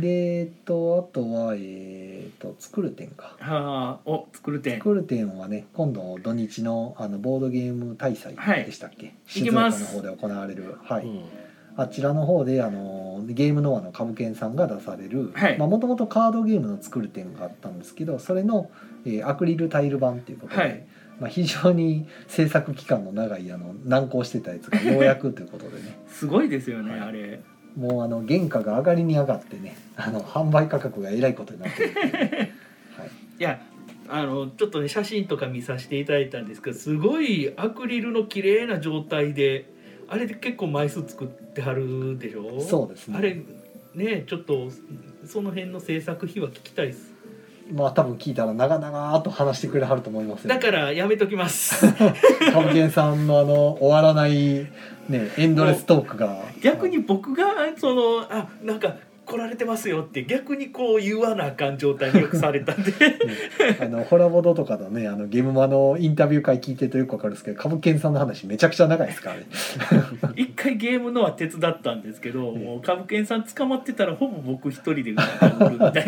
でえっとあとはえっと作る点かはあお作る点作る点はね今度土日のあのボードゲーム大祭でしたっけ、い静け岡まのす方で行われるはい、うんあちらの方であのゲームノアの株券さんが出されるはいもともとカードゲームの作る点があったんですけどそれの、えーアクリルタイル版っていうことで、はいまあ、非常に制作期間の長いあの難航してたやつがようやくということでね すごいですよね、はいあれもうあの原価が上がりに上がってねあの販売価格がえらいことになってるっていう ねはいいやあのちょっとね写真とか見させていただいたんですけどすごいアクリルの綺麗な状態であれで結構枚数作ってはるでしょそうですねあれねちょっとその辺の制作費は聞きたいですまあ多分聞いたら長々と話してくれはると思いますよだからやめときます 株券さんのあの終わらない、ね、エンドレストークが逆に僕がそのあなんか来られてますよって逆にこう言わなあかん状態によくされたんで あのホラボドとかのねあのゲームマのインタビュー会聞いてるとよくわかるんですけど株券さんの話めちゃくちゃ長いですから ね一回ゲームのは手伝ったんですけど、ええもう株券さん捕まってたらほぼ僕一人で売るみたいな状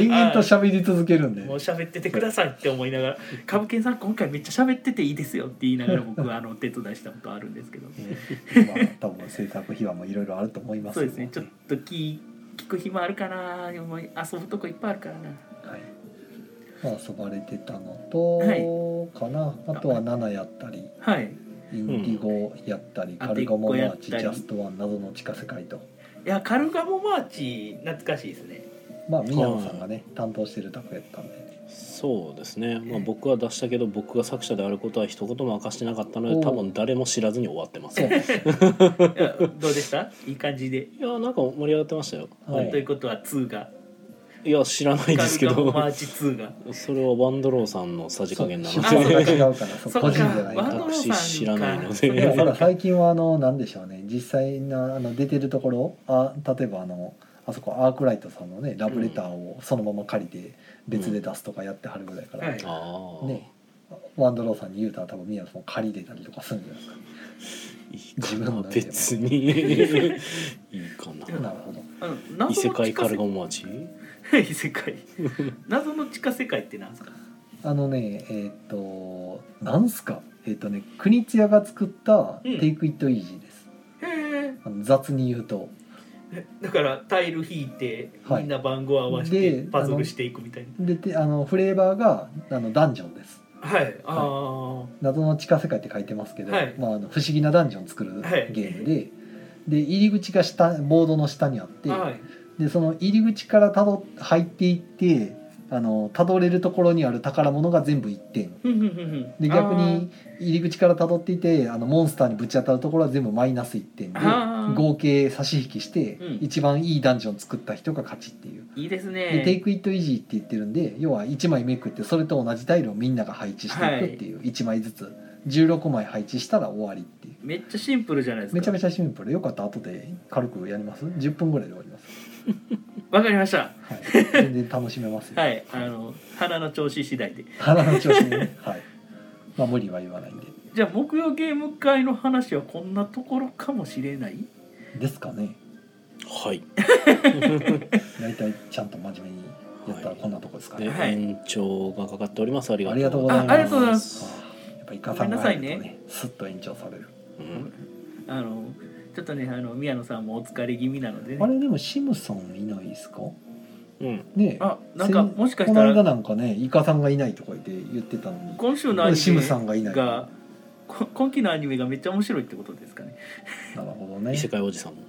延々と喋り続けるんでもう喋っててくださいって思いながら「株券さん今回めっちゃ喋ってていいですよ」って言いながら僕はあの手伝いしたことあるんですけどまあ多分制作秘話もいろいろあると思いますそうですねちょっと聞聞く暇あるかなでも遊ぶとこいっぱいあるからなはいまあ、遊ばれてたのと、かなあとは「7」やったりはい「インディゴ」やったり「あカルゴモあと一マ個やーっチ」「たジりャストワン」謎の地下世界といいやカルガモマーチ懐かしいですねまあ宮野さんがね担当してるタコやったんで、そうですね、まあ、僕は出したけど僕が作者であることは一言も明かしてなかったので多分誰も知らずに終わってますいいやどうで したいい感じで、やなんか盛り上がってましたよ、はいということは2がいや知らないですけカルガモマどーチ2がそれはバンドローさんのさじ加減な仕のあそう事がで違うからそそっ個人かじゃないワンとドローさんか私知らないのでそいやれほらは最近はあの何でしょうね実際のあの出てるところあ例えばあのあそこアークライトさんのねラブレターをそのまま借りて別で出すとかやってはるぐらいから、はいああ、ねワンドローさんに言うたら多分宮野さんも借りれたりとかするんじゃないですかいいか自な分の別にいいかななるほどあの異世界カルガモモマーチ 異世界謎の地下世界ってなんですかあのねえーっとなんすかえーっとね国津屋が作った「うん Take It Easy」です、へえあの雑に言うとだからタイル引いてはいみんな番号合わせてでパズルしていくみたいなでてあのフレーバーがあのダンジョンですはいああは謎の地下世界って書いてますけど、はいまあ、あの不思議なダンジョン作るはいゲームで、で入り口が下ボードの下にあって、いはいでその入り口からたど入っていってあのたどれるところにある宝物が全部1点ふんふんふんふんで逆に入り口からたどっていてあのモンスターにぶち当たるところは全部マイナス1点であー合計差し引きして、うん一番いいダンジョン作った人が勝ちっていう。いいですで「テイねクイットイージーって言ってるんで要は1枚めくってそれと同じタイルをみんなが配置していくっていう1枚ずつ16枚配置したら終わりっていうめっちゃシンプルじゃないですかめちゃめちゃシンプルよかった後で軽くやります10分ぐらいで終わります、わかりましたはい、 全然楽しめますよはいあの鼻の調子次第で腹の調子にねはいまあ無理は言わないんでじゃあ木曜ゲーム会の話はこんなところかもしれないですかねはい大体ちゃんと真面目にやったらこんなとこですかでね、はい延長がかかっておりますありがとうありがとうございますやっぱイカさんが入るとねすっと延長されるうんあのちょっとねあの宮野さんもお疲れ気味なのであねれでもシムソンいないですかうんねえあなんかもしかしこたの間らなんかねイカさんがいないとか言って言ってたのに今週のアニシムメさんがいないがこ今期のアニメがめっちゃ面白いってことですかねなるほどね異世界おじさんも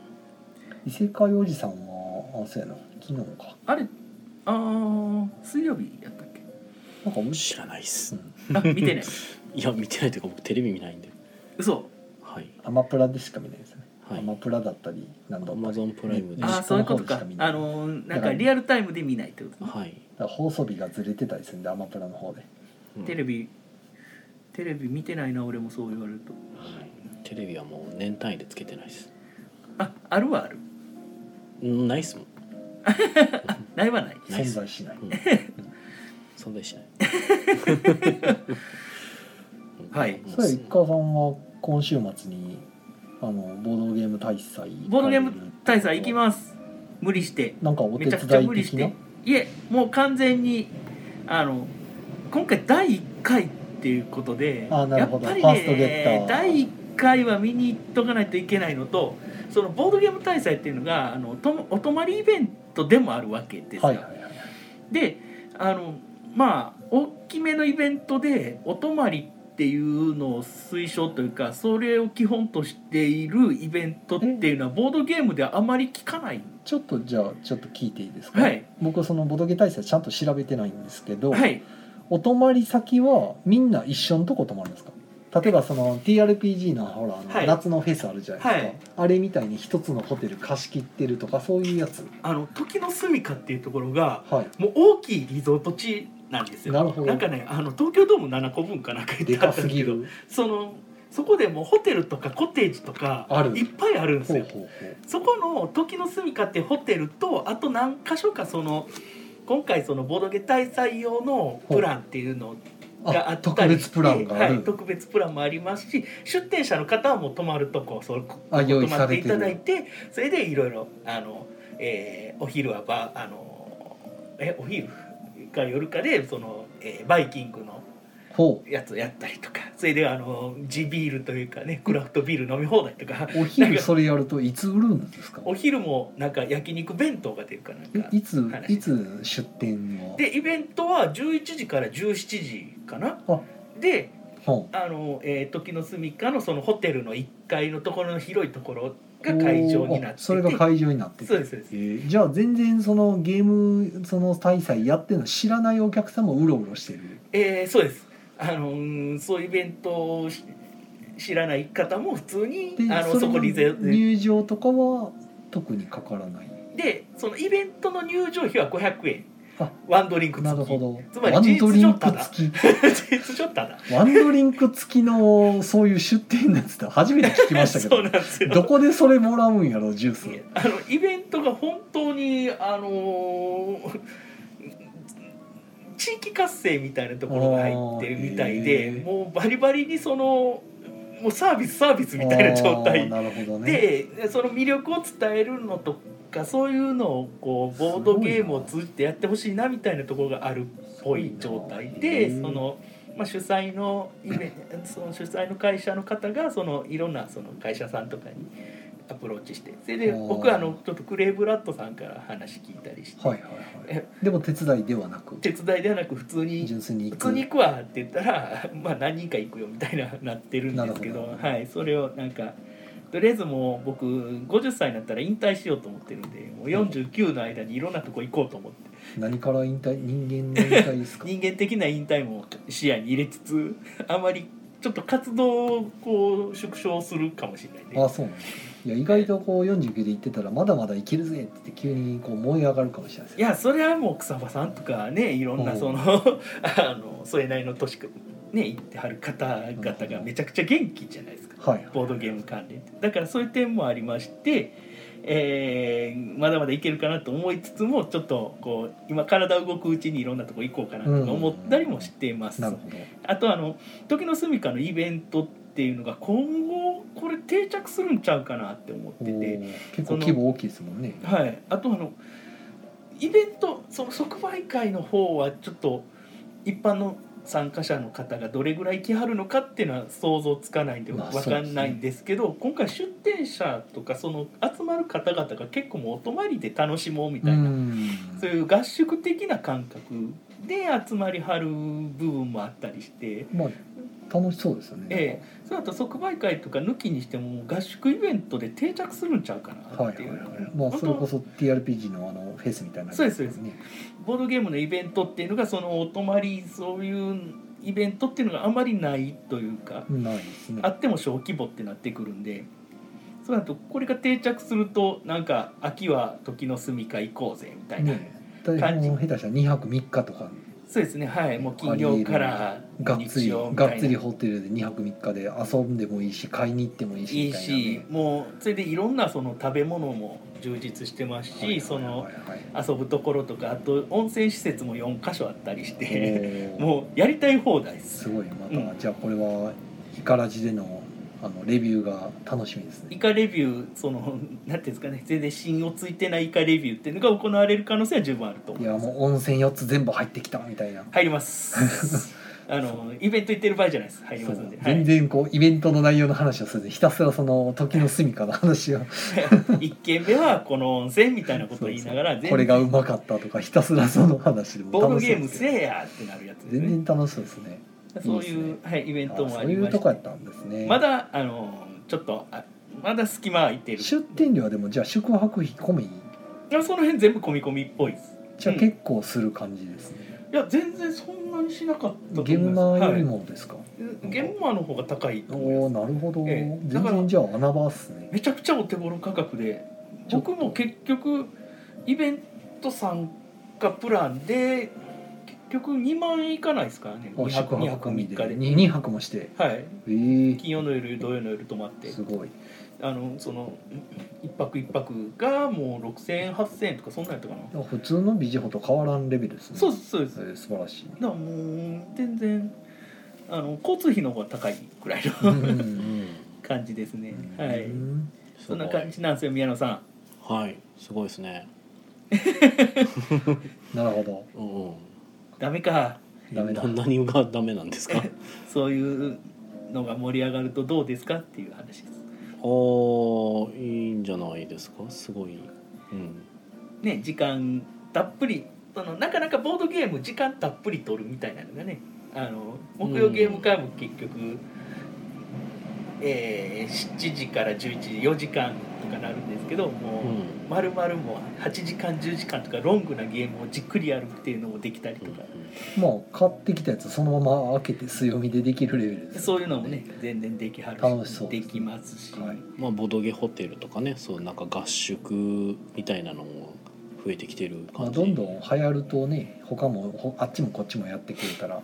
異世界おじさんはあそうやな昨日かあれあー水曜日やったっけなんか面白知らないっすい、うん あ見てないいや見てないというか僕テレビ見ないんで嘘はいアマプラでしか見ないですね、はいアマプラだったりなんだアったマりだゾかンプライムであねーそういうことか西の方しか見ないあのーなんかリアルタイムで見ないってことねはいら放送日がずれてたりするんでアマプラの方でうんテレビテレビ見てないな俺もそう言われるとはいテレビはもう年単位でつけてないですああるはあるうんないっすもんないはないないっ存す在しない うん存在しないはいうんそれイカさんは今週末にあのボードゲーム大祭ボードゲーム大祭行きます無理してなんかおめ手ちゃくちゃ伝い無理し的なていえもう完全にあの今回第1回っていうことであなやるっほどぱりファーストゲッタねー第1回は見に行っとかないといけないのとそのボードゲーム大祭っていうのがあのともお泊まりイベントでもあるわけですよ、はいはいはいであのまあ大きめのイベントでお泊まりっていうのを推奨というかそれを基本としているイベントっていうのはボードゲームではあまり聞かないちょっとじゃあちょっと聞いていいですか、はい僕そのボドゲ大祭ちゃんと調べてないんですけど、はいお泊まり先はみんな一緒のとこ泊まるんですか例えばその TRPG のほらあの、はい夏のフェスあるじゃないですか、はいあれみたいに一つのホテル貸し切ってるとかそういうやつあの時の住みかっていうところがはいもう大きいリゾート地なんですよなるほどんかねあの東京ドーム7個分かなんか言ってであかったすんですぎけどるそのそこでもうホテルとかコテージとかあるいっぱいあるんですほうよほうほうそこの時の住みかってホテルとあと何箇所かその今回そのボドゲ大祭用のプランっていうのがああった特りし別てプランがある、はい、特別プランもありますし出店者の方はもう泊まるとこそのあ用泊意まさってれいてただいるてそれでいろいろあの、えーお昼はばあのえお昼か夜かでその、えーバイキングのほやつをやったりとかそれであの地ビールというかねクラフトビール飲み放題とかうお昼それやるといつ売るんですかお昼もなんか焼肉弁当が出るかなんかいいつ話いつ出店をでイベントは11時から17時かなあでほあの、えー時の住みかのそのホテルの1階のところの広いところが会場になおーあっててそれが会場になってそうてですそうですえーじゃあ全然そのゲームその大祭やってるの知らないお客さんもうろうろしてるえーそうですあのうんそういうイベントをし知らない方も普通にであのれそこにぜ入場とかは特にかからないでそのイベントの入場費は500円あワンドリンクな付るき ほどつまりワンドリン事実上たクだ付き事実上ただワンドリンク付きのそういう出店のやつって初めて聞きましたけ そどうなんですよどこでそれもらうんやろジュースいやあのイベントが本当にあのー地域活性みたいなところが入ってるみたいあでーへーもうバリバリにそのもうサービスサービスみたいな状態あーなるほどねでその魅力を伝えるのとかそういうのをこうボードゲームを通じてやってほしいなみたいなところがあるっぽい状態でうんその、まあ、主催のイベンその主催の会社の方がそのいろんなその会社さんとかにアプローチしてそれであー僕はあのちょっとクレイブラッドさんから話聞いたりして、はいはいはいえでも手伝いではなく手伝いではなく普通に純粋に普行通くに行くわって言ったら、 まあ、何人か行くよみたいななってるんですけなどるほどはい、それをなんかとりあえずもう僕50歳になったら引退しようと思ってるんでもう49の間にいろんなとこ行こうと思って何から引退人間の引退ですか人間的な引退も視野に入れつつ あまりちょっと活動をこう縮小するかもしれないんでああそうなんですかいや意外とこう49で行ってたらまだまだいけるぜって言って急にこう燃え上がるかもしれないですいやそれはもう草場さんとかねいろんうなんその あのそれなりの年くね行ってはる方々がめちゃくちゃ元気じゃないですか。はいボードゲーム関連だからそういう点もありまして、えーまだまだいけるかなと思いつつもちょっとこう今体動くうちにいろんなとこ行こうかなとか思ったりもしています、なるほどあとあの「時の住みか」のイベントっていうのが今後これ定着するんちゃうかなって思っておて、ー結構規模大きいですもんねはい、あとあのイベントその即売会の方はちょっと一般の参加者の方がどれぐらい来はるのかっていうのは想像つかないんでまあわかんないんですけど、今回出店者とかその集まる方々が結構もうお泊まりで楽しもうみたいな、んそういう合宿的な感覚で集まりはる部分もあったりして。まあ楽しそうですよね、ええ、その後即売会とか抜きにしても合宿イベントで定着するんちゃうかなはっいて、はいいうはいまあそれこそ TRPG のあのフェスみたいなそうですそうですねボードゲームのイベントっていうのがそのお泊まりそういうイベントっていうのがあまりないというかないですねあっても小規模ってなってくるんでそうなるとこれが定着するとなんか秋は時の住みか行こうぜみたいな、ねえ大感じ変下手したら2泊3日とかそうですねはいもう金曜からがっつ日り曜みがたっいつなりホテルで2泊3日で遊んでもいいし買いに行ってもいいしいみいたいなね、しもうそれでいろんなその食べ物も充実してますはいはいはいはいしその遊ぶところとかあと温泉施設も4か所あったりしておーもうやりたい放題です。すごいまた、うんじゃあこれはイカラジでのあのレビューが楽しみですイねカレビューその なんていうんですかね全然芯をついてないイカレビューっていうのが行われる可能性は十分あると思いいやますもう温泉4つ全部入ってきたみたいな入ります あのイベント行ってる場合じゃないです入りますんでそう全然こうイベントの内容の話をせずにひたすらその時の住みかの話をはい、1軒目はこの温泉みたいなことを言いながら全然これがうまかったとかひたすらその話でもボード楽しゲいームですせねえやってなるやつですね全然楽しそうですねそういういいではい、イベンあトもそあうりいまうしとこやてったんですねまだあのちょっとあまだ隙間空いてる出店料はでもじゃあ宿泊費込みいやその辺全部込み込みっぽいですじゃあうん結構する感じですね、いや全然そんなにしなかったと思ゲいますームマーよりもですか、はい、ゲームマーの方が高いと思いますおおなるほど、ええだ全から然じゃあ穴場っすねめちゃくちゃお手頃価格で僕も結局イベント参加プランで結局2万円いかないですからねあ2宿泊泊込み3日ででに二泊もしてはいええ金曜の夜土曜の夜泊まってすごいあのその1泊1泊がもう6000円8000円とかそんなんやったかな普通のビジホと変わらんレベルですねそうですそうですえだかー素晴らしい。らもう全然あの交通費の方が高いくらいの感じですね はいうんそんな感じなんですよ宮野さんはいすごいですねなるほどうんうんダメかダメだな何がダメなんです かそういうのが盛り上がるとどうですかっていう話です。おいいんじゃないですかすごい、うん、ね時間たっぷりそのなかなかボードゲーム時間たっぷり取るみたいなのがねあの木曜ゲーム会も結局、えー7時から11時4時間とかなるんですけどもう、うんまるまるもう8時間10時間とかロングなゲームをじっくりやるっていうのもできたりとか、もう買ってきたやつそのまま開けて強みでできるレベルですそういうのもね全然できはる楽しそうですねできますし、はいまあボドゲホテルとかねそうなんか合宿みたいなのも増えてきてるまあ、感じ、どんどん流行るとね他もほあっちもこっちもやってくれたら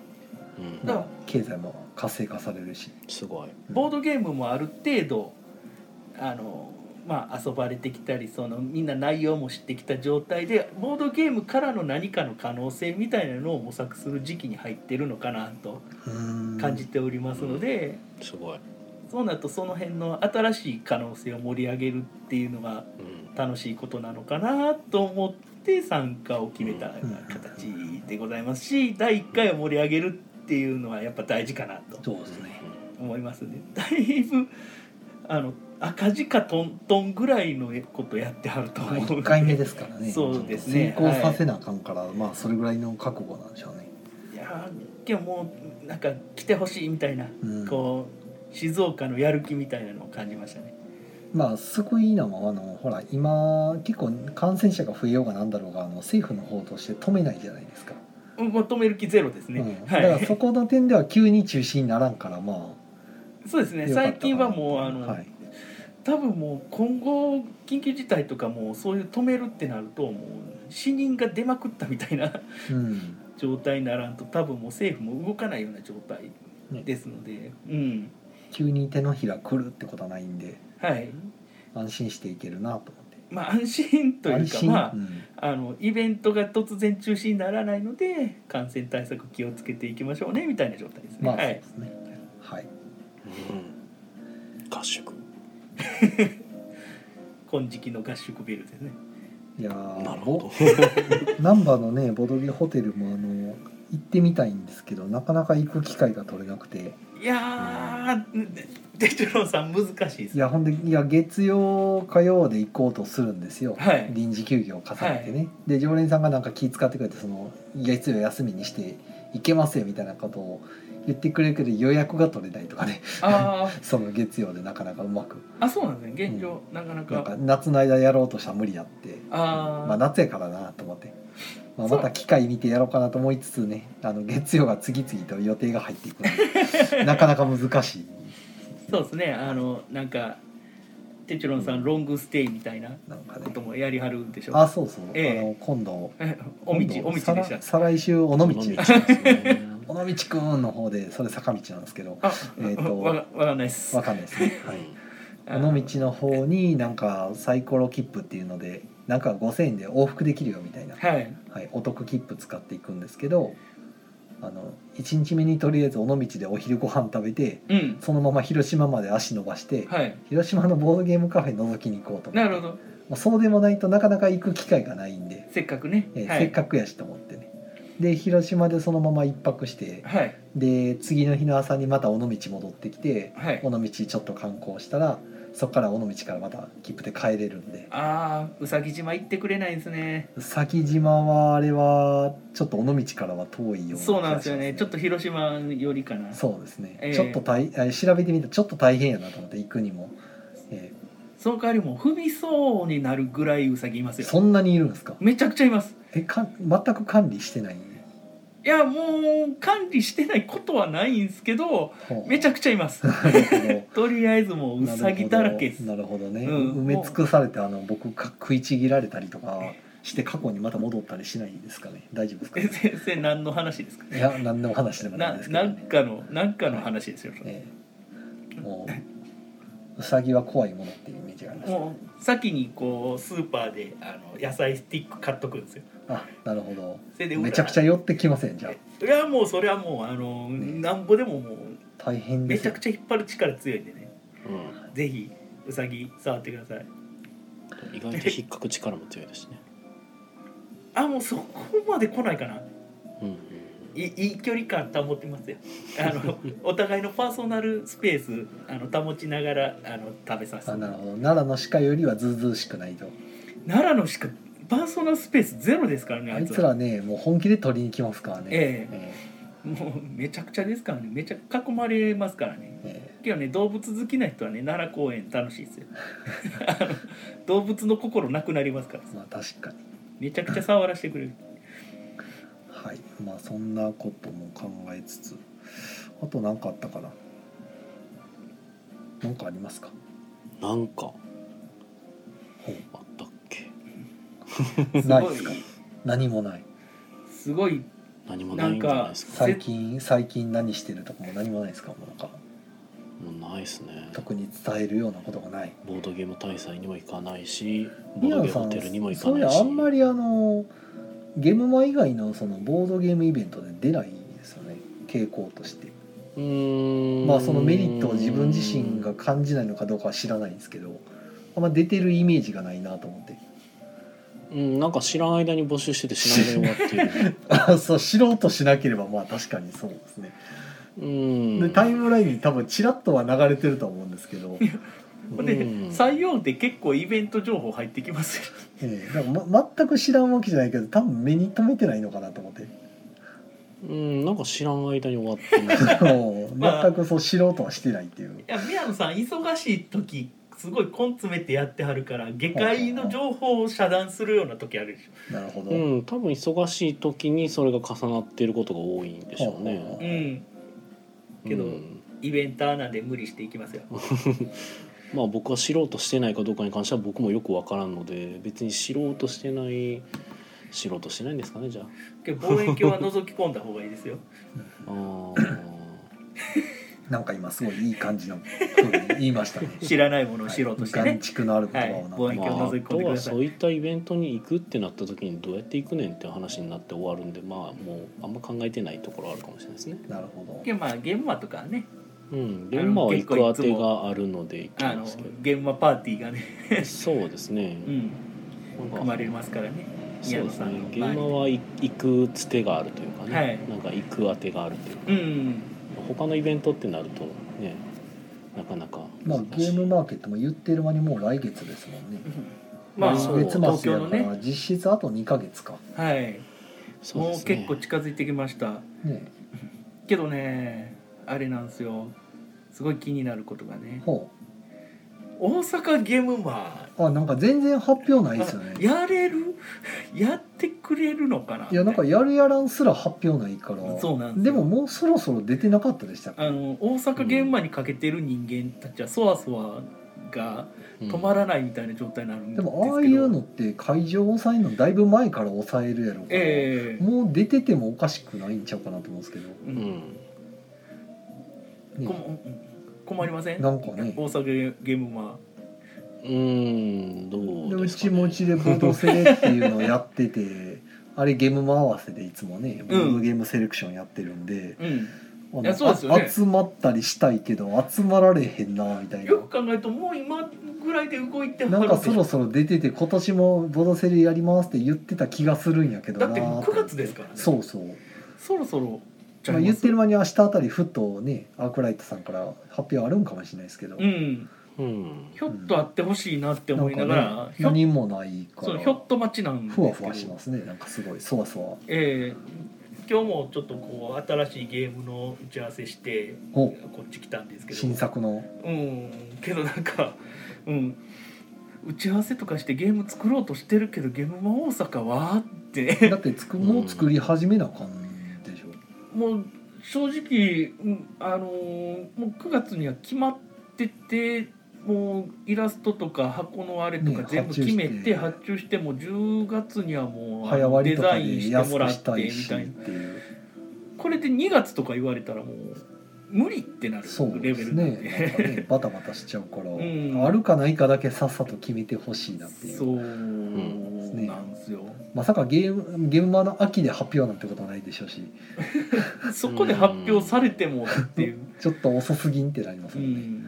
うん、だから経済も活性化されるしすごい、ボードゲームもある程度あの、まあ、遊ばれてきたりそのみんな内容も知ってきた状態でボードゲームからの何かの可能性みたいなのを模索する時期に入ってるのかなと感感じておりますので。すごい、そうなるとその辺の新しい可能性を盛り上げるっていうのがうん、楽しいことなのかなと思って参加を決めた形でございますし第1回を盛り上げるっていうのはやっぱ大事かなとそうですね思いますね。 だいぶあの赤字かトントンぐらいのことやってはると思うので1回目ですからねそうですね成功させなあかんから、まあそれぐらいの覚悟なんでしょうね、いやー今日もうなんか来てほしいみたいな、うんこう静岡のやる気みたいなのを感じましたね。まあ救いなのはあのほら今結構感染者が増えようがなんだろうがあの政府の方として止めないじゃないですか、うん求める気ゼロですね。うん、だはかい、らそこの点では急に中止にならんからまそうですあねよかったかな最近はもうあの、はい多分もう今後緊急事態とかもうそういう止めるってなるともう死人が出まくったみたいなうん、状態にならんと多分もう政府も動かないような状態ですので、うん急に手のひら来るってことはないんではい安心していけるなと思ってまあ安心という安か心、まうんああのイベントが突然中止にならないので感染対策気をつけていきましょうねみたいな状態ですね。まあはそういですねはい、うん合宿金色の合宿ビルですね。いやなるーほどぼ難波のねボドゲホテルもあの行ってみたいんですけどなかなか行く機会が取れなくていやー、デジロンさん難しいですい。やほんでいや月曜火曜で行こうとするんですよ、はい臨時休業を重ねてね、で常連さんがなんか気遣ってくれてその月曜休みにして行けますよみたいなことを言ってくれるけど予約が取れないとかね あーその月曜でなかなかうまくあ、そうなんですね。現状、なかななんか。か夏の間やろうとしたら無理やってあー、まあ夏やからなと思って、まあ、そうまた機会見てやろうかなと思いつつねあの月曜が次々と予定が入っていくので なかなか難しいそうですね。あの、なんか。テチロンさん、ロングステイみたいななんかことねもやりはるでしょあそうそう、ええあの今度えおみち、おみちでしたさら。再来週尾道尾尾道道ですねくんの方でそれ坂道なんですけどあ、えーとわか、わかんないですわ。かんないですね、はい、あ尾道の方になんかサイコロ切符っていうのでなんか5,000円で往復できるよみたいな、はい。はい、お得切符使っていくんですけどあの1日目にとりあえず尾道でお昼ご飯食べてうん。そのまま広島まで足伸ばして、はい。広島のボードゲームカフェ覗きに行こうと思ってなるほど。まあそうでもないとなかなか行く機会がないんで、せっかくね。えーはい。せっかくやしと思ってねで広島でそのまま一泊してはい。で次の日の朝にまた尾道戻ってきてはい尾。道ちょっと観光したらそこから尾道からまた切符で帰れるんであー、うさぎ島行ってくれないですね。先島はあれはちょっと尾道からは遠いような気がしますそうなんですよね。ちょっと広島よりかな。そうですね、ええちょっと大えー調べてみたらちょっと大変やなと思って行くにも、えその代わりもう踏みそうになるぐらいうさぎいますーよ。そんなにいるんですかめちゃくちゃいます。えかん全く管理してないいやもう管理してないことはないんですけどめちゃゃくちゃい ますなるほどとりあえずもううさぎだらけですなるほどね、うん埋め尽くされてあの僕か食いちぎられたりとかして過去にまた戻ったりしないですかね大丈夫ですか、え先生何の話ですかいや何の話でもないなんですけなど、んねかのなんかの話ですよ、それええもううさぎは怖いものっていうイメージがありますもう先にこうスーパーであの野菜スティック買っとくんですよあなるほどそれでめちゃくちゃ寄ってきませんじゃあいやもうそれはもうあの、ねなんぼでももう大変でめすちゃよくちゃ引っ張る力強いんでねうんぜひうさぎ触ってください意外と引っかく力も強いですね、あもうそこまで来ないかなうんうんいいい距離感保ってますよあ のお互いのパーソナルスペースあの保ちながらあの食べさせてあなるほど奈良の鹿よりはずうずうしくないと奈良のしかパーソナルスペースゼロですからねああいいつつららねもう本気で取りに来ますからねええもうめちゃくちゃですからねめちゃ囲まれますからねええけどね動物好きな人はね奈良公園楽しいですよ あの動物の心なくなりますからまあ確かにめちゃくちゃ触らせてくれるはいまあそんなことも考えつつあと何かあったかな何かありますかなんかほうあったっけすないごですかい何もないすごい何もないんじゃないですか最近最近何してるとかも何もないですかもうなんかもうないですね特に伝えるようなことがないボードゲーム大祭にも行かないしボー宮ド野ゲーさムホんテルにも行かそういなやいしあんまりあのゲームマ以外のそのボードゲームイベントで出ないですよね傾向としてうーんまあそのメリットを自分自身が感じないのかどうかは知らないんですけどあんま出てるイメージがないなと思ってうんなんか知らん間に募集してて知らん間に終わっているあそう知ろうとしなければまあ確かにそうですね、うんでタイムラインに多分ちらっとは流れてると思うんですけど、ほんでうん採用って結構イベント情報入ってきますよ ええだからま、全く知らんわけじゃないけど多分目に留めてないのかなと思 ってうんなんか知らん間に終わって ますもうまあ全くそう知ろうとはしてないっていういや宮野さん忙しい時すごい根詰めてやってはるから下界の情報を遮断するような時あるでしなるほど、うん多分忙しい時にそれが重なっていることが多いんでしょうょ、うねん、けどうんイベンターなんで無理していきますよまあ僕は知ろうとしてないかどうかに関しては僕もよくわからんので別に知ろうとしてない知ろうとしてないんですかねじゃあけど望遠鏡は覗き込んだ方がいいですよあ ーなんか今すごいいい感じの風に言いましたね知らないも のを知ろうとして眼ね、蓄のある言葉をなんか、はいま望遠あ、鏡あ覗き込んとでくはださいそういったイベントに行くってなった時にどうやって行くねんっていう話になって終わるんでまあもうあんま考えてないところあるかもしれないですね。なるほどけどまあ現場とかはねうん、で今は行くあの当結構いてつもがあるので行きあまのすけ現場パーティーがね、どそうですねう。ん、な組んかまれますからねそう宮野ですさんねの。現場は行くつてがあるというかね、はいなんか行く当てがあるというかうん他のイベントってなるとねなかなかまあ難ゲしいームマーケットも言ってる間にもう来月ですもんねまあそう月東末京やのかねら実質あと2ヶ月かはいそうもでうすね結構近づいてきましたねけどねあれなんですよすごい気になることがねほ大阪ゲームマうあなんか全然発表ないですよーねやれるやってくれるのかないいやなんかやるやらんすら発表ないからそうなんですでよももうそろそろ出てなかったでしたっけあの大阪ゲームマーにかけてる人間たちはそわそわがうん止まらないみたいな状態になるんですでけど、もああいうのって会場を抑えるのだいぶ前から抑えるやろから、ええもう出ててもおかしくないんちゃうかなと思うんですけど、ううんんこね、も困りませんなんかね大阪ゲームマうーんどうでうですか、ちね、もうちでボードセレっていうのをやって てあれゲームも合わせでいつもねボードゲームセレクションやってるんで、ーうんあのいやそうですよねあ集まったりしたいけど集まられへんなみたいよなく考えるともう今ぐらいで動いては なんるでかしそょろそろ出てて今年もボードセレやりますって言ってた気がするんやけどだなってもう9月ですからねそうそうそろそろちゃいまあ、ます言ってる間に明日あたりふとねアークライトさんから発表あるんかもしれないですけど、うんうんひょっとあってほしいなって思いながんらかね、ひょっ何もないかそうらひょっと待ちなんですふけどわふわしますねなんかすごいそわそわええ今日もちょっとこう新しいゲームの打ち合わせしておこっち来たんですけど新作のうんけどなんかうん打ち合わせとかしてゲーム作ろうとしてるけどゲームマ大阪はってだってつくうんもう作り始めなあかんでしょ、もう正直、うん、あのーもう9月には決まっててもうイラストとか箱のあれとかね全部決めて発発注しても10月にはもうあ早の割デりとザかインでして安もらくっしてたいみしたっいなていうこれで2月とか言われたらもう無理ってなるそうレでベすルなねんなんでかねバタバタしちゃうから、んあるかないかだけさっさと決めてほしいな っていそううなんですよ、まさかゲームゲームマの秋で発表なんてことはないでしょうしそこで発表されてもっていう、ちょっと遅すぎんってなりますうもんね、ん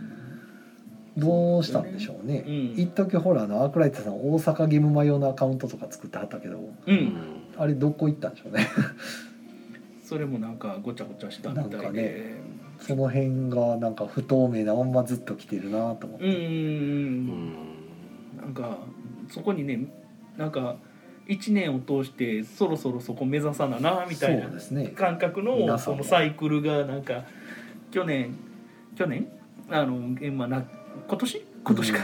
どうしたんでしょうね、うん一時ほらあのアークライトさん大阪ゲームマ用のアカウントとか作ってはったけどう、うんんあれどこ行ったんでしょうねそれもなんかごちゃごちゃしたみたいでなんかねその辺がなんか不透明なまんまずっと来てるなと思っうんて、うんうんなんかそこにねなんか1年を通してそろそろそこ目指さななみそたういなですね感覚の皆さそんものサイクルがなんか去年去年あのゲームはな今年今年か、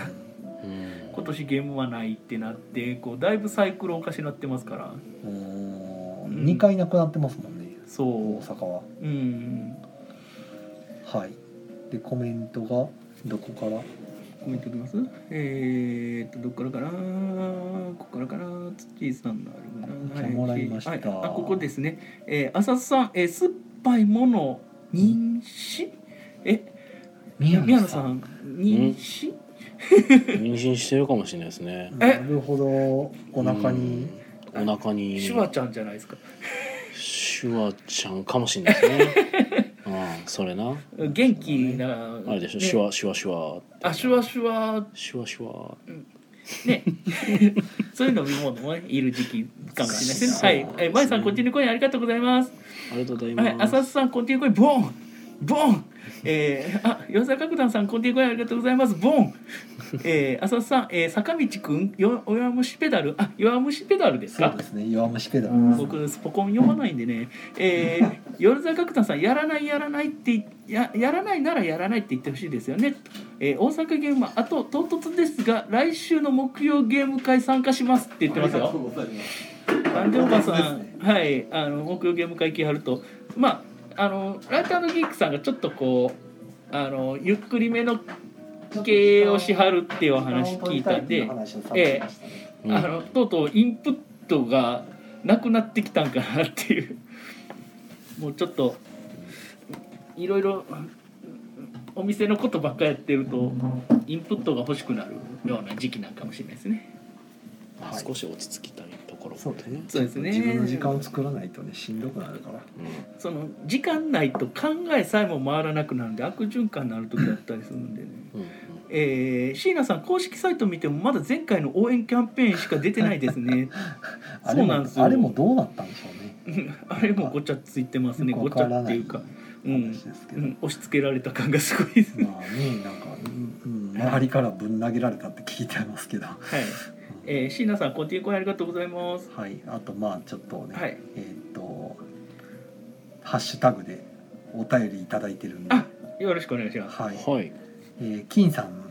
うん今年ゲームはないってなってこうだいぶサイクルおかしなってますからうん、ん2回なくなってますもんねそ大阪はううんはいでコメントがどこからコメントきますえー、っとどっからかなここからかな土井さんのあるなじゃあもらいましたはいあここですねえー、浅田さん、えー、酸っぱいもの認識え宮野さん認識妊娠してるかもしれないですねなるほどお腹にうんお腹にシュワちゃんじゃないですかシュワちゃんかもしれないですねうんそれな元気な、あれでしょ、ねシュワシュワシュワあシュワシュワシュワシュワね そういう飲み物もねいる時期かもしれないですそうねはいえまゆさんこっちの声ありがとうございますありがとうございはい、ます、浅田さん、コンティ声、ボン。ボン。えー、あ、吉田角田さん、コンティ声、ありがとうございます。ボン。えー、浅田さん、えー、坂道くん、よ、弱虫ペダル、あ、弱虫ペダルですそうかで。すね弱虫ペダルうん僕スポコン読まないんでね、えー、米沢角田さん「やらないやらない」っていややらないならやらないって言ってほしいですよね、えー、大阪ゲームはあと唐突ですが来週の木曜ゲーム会参加しますって言ってますよ誕生日さん、はいあの木曜ゲーム会来はるとまああのライターのギークさんがちょっとこうあのゆっくりめの経営をしはるっていうお話聞いたんで、えうんあのとうとうインプットがなくなってきたんかなっていうもうちょっといろいろお店のことばっかやってるとインプットが欲しくなるような時期なんかもしれないですね。まあ少し落ち着きたいところそうもですねねそうですね自分の時間を作らないとねしんどくなるからうその時間ないと考えさえも回らなくなるんで悪循環になる時だったりするんでね。んうんえー、椎名さん公式サイト見てもまだ前回の応援キャンペーンしか出てないです ねあれそうなんもですよあれもどうなったんでしょうねうんあれもごちゃついてますねよくごわちかゃらっなていいうか話、うでんすけうど、ん、押し付けられた感がすごいですね。まあねなんか、うんうん、周りからぶん投げられたって聞いてますけど、はい。えー、椎名さん、コンティニューコインありがとうございます。はいあとまあちょっとね、はい。えーっとハッシュタグでお便りいただいてるんであよろしくお願いします。はい、はいえー金さん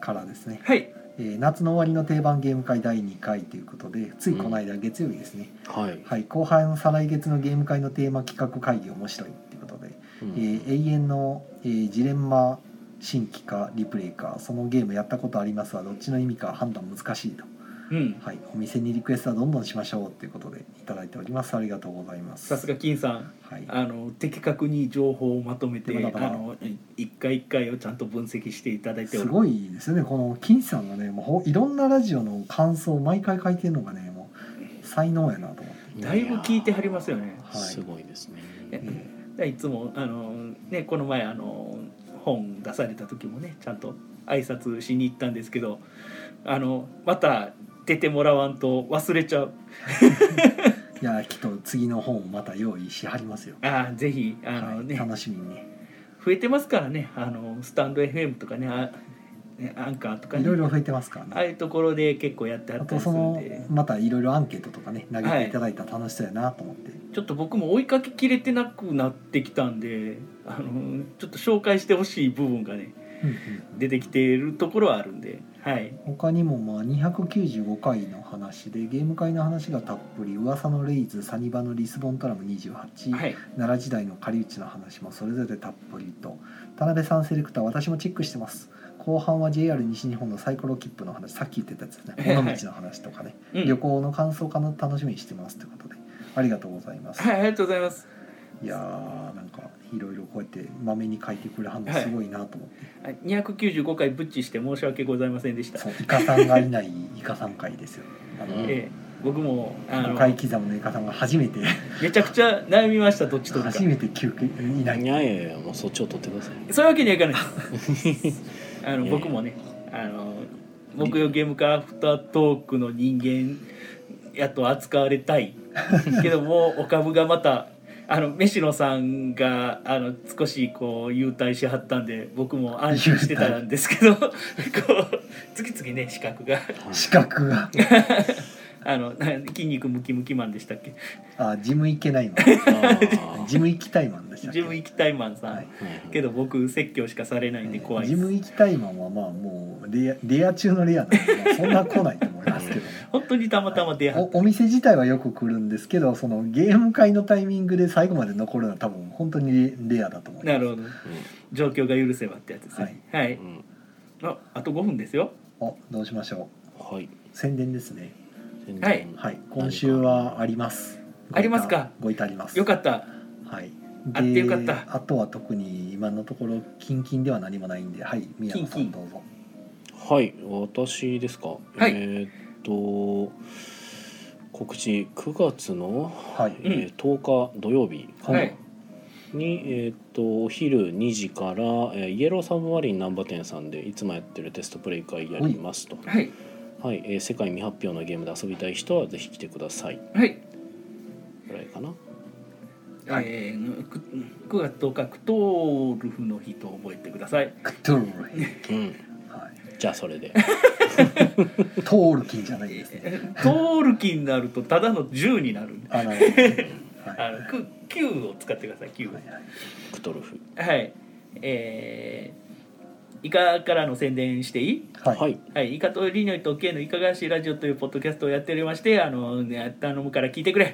からですね、はい。えー夏の終わりの定番ゲーム会第2回ということでついこの間月曜日ですね、はい、はい後半再来月のゲーム会のテーマ企画会議面白いということでうんえー永遠の、えージレンマ新規かリプレイかそのゲームやったことありますはどっちの意味か判断難しいと、うん。はい、お店にリクエストはどんどんしましょうということでいただいておりますありがとうございますさすが金さん。はい、あの的確に情報をまとめて、でもあだからのい一回一回をちゃんと分析していただいておする。ごいですよねこの金さんがねもうほいろんなラジオの感想を毎回書いてるのがねもう才能やなと思って、だいぶ聞いてはりますよね。はいすごいですねええーいつもあのねこの前あの本出された時もねちゃんと挨拶しに行ったんですけど、あのまた出てもらわんと忘れちゃう。いやきっと次の本をまた用意しはりますよ、ああぜひあのはい、ね、楽しみにね増えてますからねあのスタンド FM とかねあねアンカーとかねいろいろ増えてますからねああいうところで結構やってああったとりすそるんのでまたいろいろアンケートとかね投げていただいたら楽しそうやなと思って、ちょっと僕も追いかけきれてなくなってきたんであのちょっと紹介してほしい部分がねうんうん出てきているところはあるんではい他にもまあ295回の話でゲーム会の話がたっぷり噂のレイズサニバのリスボントラム28、はい奈良時代の狩内の話もそれぞれたっぷりと田辺さんセレクター私もチェックしてます後半は JR 西日本のサイコロ切符の話さっき言ってたやつですね はいはい尾道の話とかね、うん旅行の感想かな楽しみにしてますということでありがとうございます、はいありがとうございますいやーなんかいろいろこうやってまめに書いてくれはんのすごいなと思って、はい295回ブッチして申し訳ございませんでしたそうイカさんがいないイカさん会ですよあの、うんええ僕もあ5の回刻みのイカさんが初めてめちゃくちゃ悩みましたどっちとるか初めて休憩いないいやいやいやもうそっちを取ってくださいそういうわけにはいかないですあの 僕もねあの木曜ゲーム化アフタートークの人間やと扱われた いけどもお株がまたあの飯野さんがあの少しこう優待しはったんで僕も安心してた んですけどこう次々ね資格がはい資格があの な筋肉ムキムキマンでしたっけあジム行けないマあンージム行きたいマンでしたっけジム行きたいマンさん、はいけど僕説教しかされないんで怖いジです、ム行きたいマンはまあもうレアレア中のレアなんで、まあそんな来ないと思いますけどね本当にたまたま出会っておお店自体はよく来るんですけどそのゲーム会のタイミングで最後まで残るのは多分本当にレアだと思いますなるほど状況が許せばってやつですねはい、うんうんああと5分ですよおどうしましょはい。う宣伝ですね全然はいはい今週はありますありますかごいたありますよかったはいあってよかったあとは特に今のところキンキンでは何もないんではい宮野さキンキんンどうぞはい、私ですか。はいえーっと。告知9月の、はい、えー10日土曜日かなはいに、えーっとお昼2時から、えーイエローサブマリン難波店さんでいつもやってるテストプレイ会やりますと、はいはいえー世界未発表のゲームで遊びたい人はぜひ来てくださいはい、ぐらいかなはいえー、く9月10日クトールフの日と覚えてくださいクトゥルフうんはじゃあそれでい、トールキンじゃないですねトールキになるとただの10になるんであ の、はい、はいあのく9を使ってください9はいはいクトルフはいえー、イカからの宣伝していいはい、はい、 はい、イカとリノイと K のいかがわしいラジオというポッドキャストをやっておりましてあの、ね、頼むから聞いてくれ、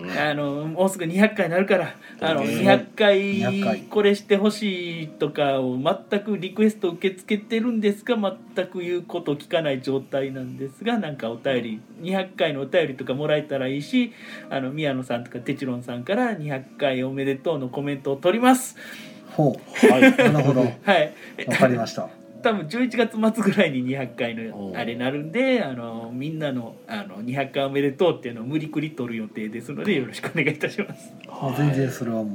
うんあのもうすぐ200回になるからあのうん200回200回これしてほしいとかを全くリクエスト受け付けてるんですが全く言うこと聞かない状態なんですがなんかお便り200回のお便りとかもらえたらいいしあの宮野さんとかテチロンさんから200回おめでとうのコメントを取ります。ほはうなるほ どわはい、かりました多分11月末ぐらいに200回おのうあれなるんであのみんなのあの200回おめでとうっていうのを無理くり取る予定ですのでよろしくお願いいたします。もう全然それはもう、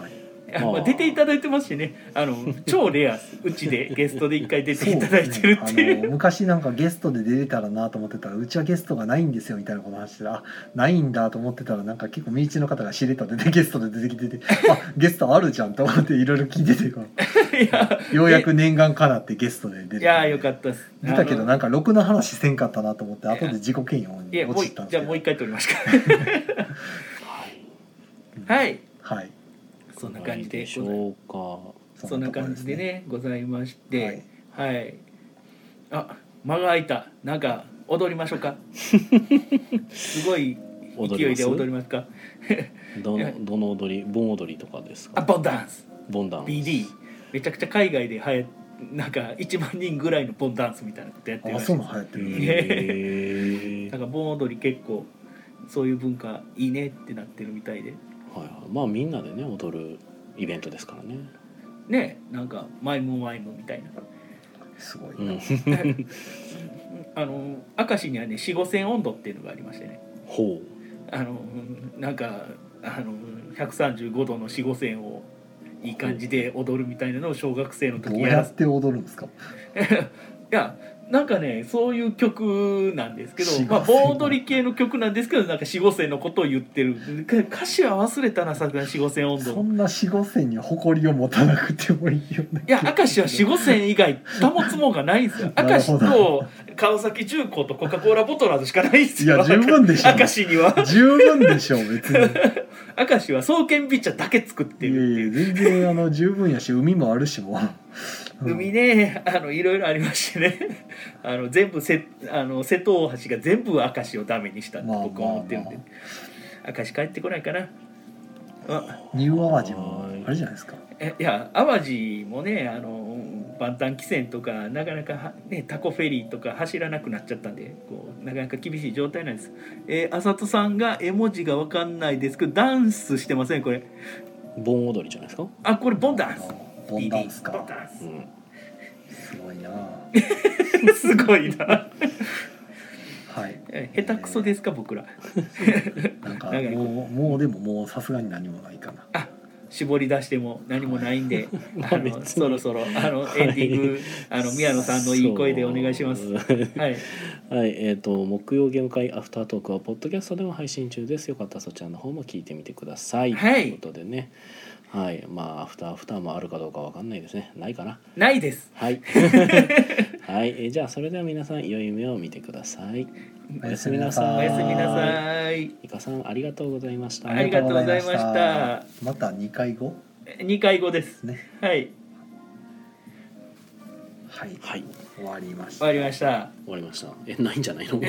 はい、あまああ、ー出ていただいてますしねあの超レアう ちでゲストで1回出ていただいてるってそうでいすうねあの昔なんかゲストで出れたらなと思ってたらうちはゲストがないんですよみたいなこと話してたらあないんだと思ってたらなんか結構身内の方が知れたでゲストで出てき ててあゲストあるじゃんと思っていろいろ聞いてて いや ようやく念願かなってゲストで出ていやーよかったです出たけどあなんかろくな話せんかったなと思って後で自己嫌悪のいにやもう陥っいたんじでゃあすもうけ一回取り ますかどはいはいそんな感じででしょうかそんな感じでねございましそんなてはい、あ間が空いたなんか踊りまし ょうかすごい勢いで踊りますかどいやのどの踊り盆踊りとかですアかボンダンスボンダンス BD めちゃくちゃ海外ではやなんか1万人ぐらいのボンダンスみたいなことやっとてころですねるあらしそいうでなの流行ってるんだすねへえなんか盆踊り結構そういう文化いいねってなってるみたいではいはい、まあみんなでね踊るイベントですからね。ねなんかマイムマイムみたいなすごいうん な、、あの明石にはね四五千温度っていうのがありましてねほあのなんかあの135度の四五千をいい感じで踊るみたいなのを小学生のど時うやらやせって踊るんですか いやなんかねそういう曲なんですけど四、五まあ、線盆踊り系の曲なんですけどなんか四五線のことを言ってるか歌詞は忘れたなさすがに四五線温そ度んな四五線に誇りを持たなくてもいいよねいや明石は四五線以外保つもんがないんですよ な明るほ石どと川崎重工とコカ・コーラボトラーズしかないんですいよや十分でしょ明石には 十分でしょう別にいや明石は双剣ビッチャーだけ作ってるっていういや全然あの十分やし海もあるし もう、うん海ね あのいろいろありましてね あの全部せあの瀬戸大橋が全部明石をダメにしたってまあ僕は思ってるんで、ま明石帰ってこないかなあニューアワジもはいあれじゃないですかえいや淡路もねあの万端汽船とかなかなかは、ね、タコフェリーとか走らなくなっちゃったんでこうなかなか厳しい状態なんですえー、あさとさんが絵文字が分かんないですけどダンスしてませんこれう。盆踊りじゃないですか。あこれボンダンスボンダンス BD ボかンダンス うん。すごいなすごいな はい下手くそですか僕らなんかなんかもうもうでももうさすがに何もないかな絞り出しても何もないんで、あ別のにそろそろあのエンディング、あの宮野さんのいい声でお願いします。そうは、はいい、えっ、と木曜ゲーム会アフタートークはポッドキャストでも配信中です。よかったらそちらの方も聞いてみてください。はいということでね。はい、まあアフターアフターもあるかどうかわかんないですね。ないかな。ないです。 はい。はい、えーじゃあそれでは皆さん良い夢を見てください。おやすみなさいおやすみなさいイカさんありがとうございました、ありがとうございましたまた2回後2回後ですねはいはいはい終わりまし終わりました終わりましたえないんじゃないの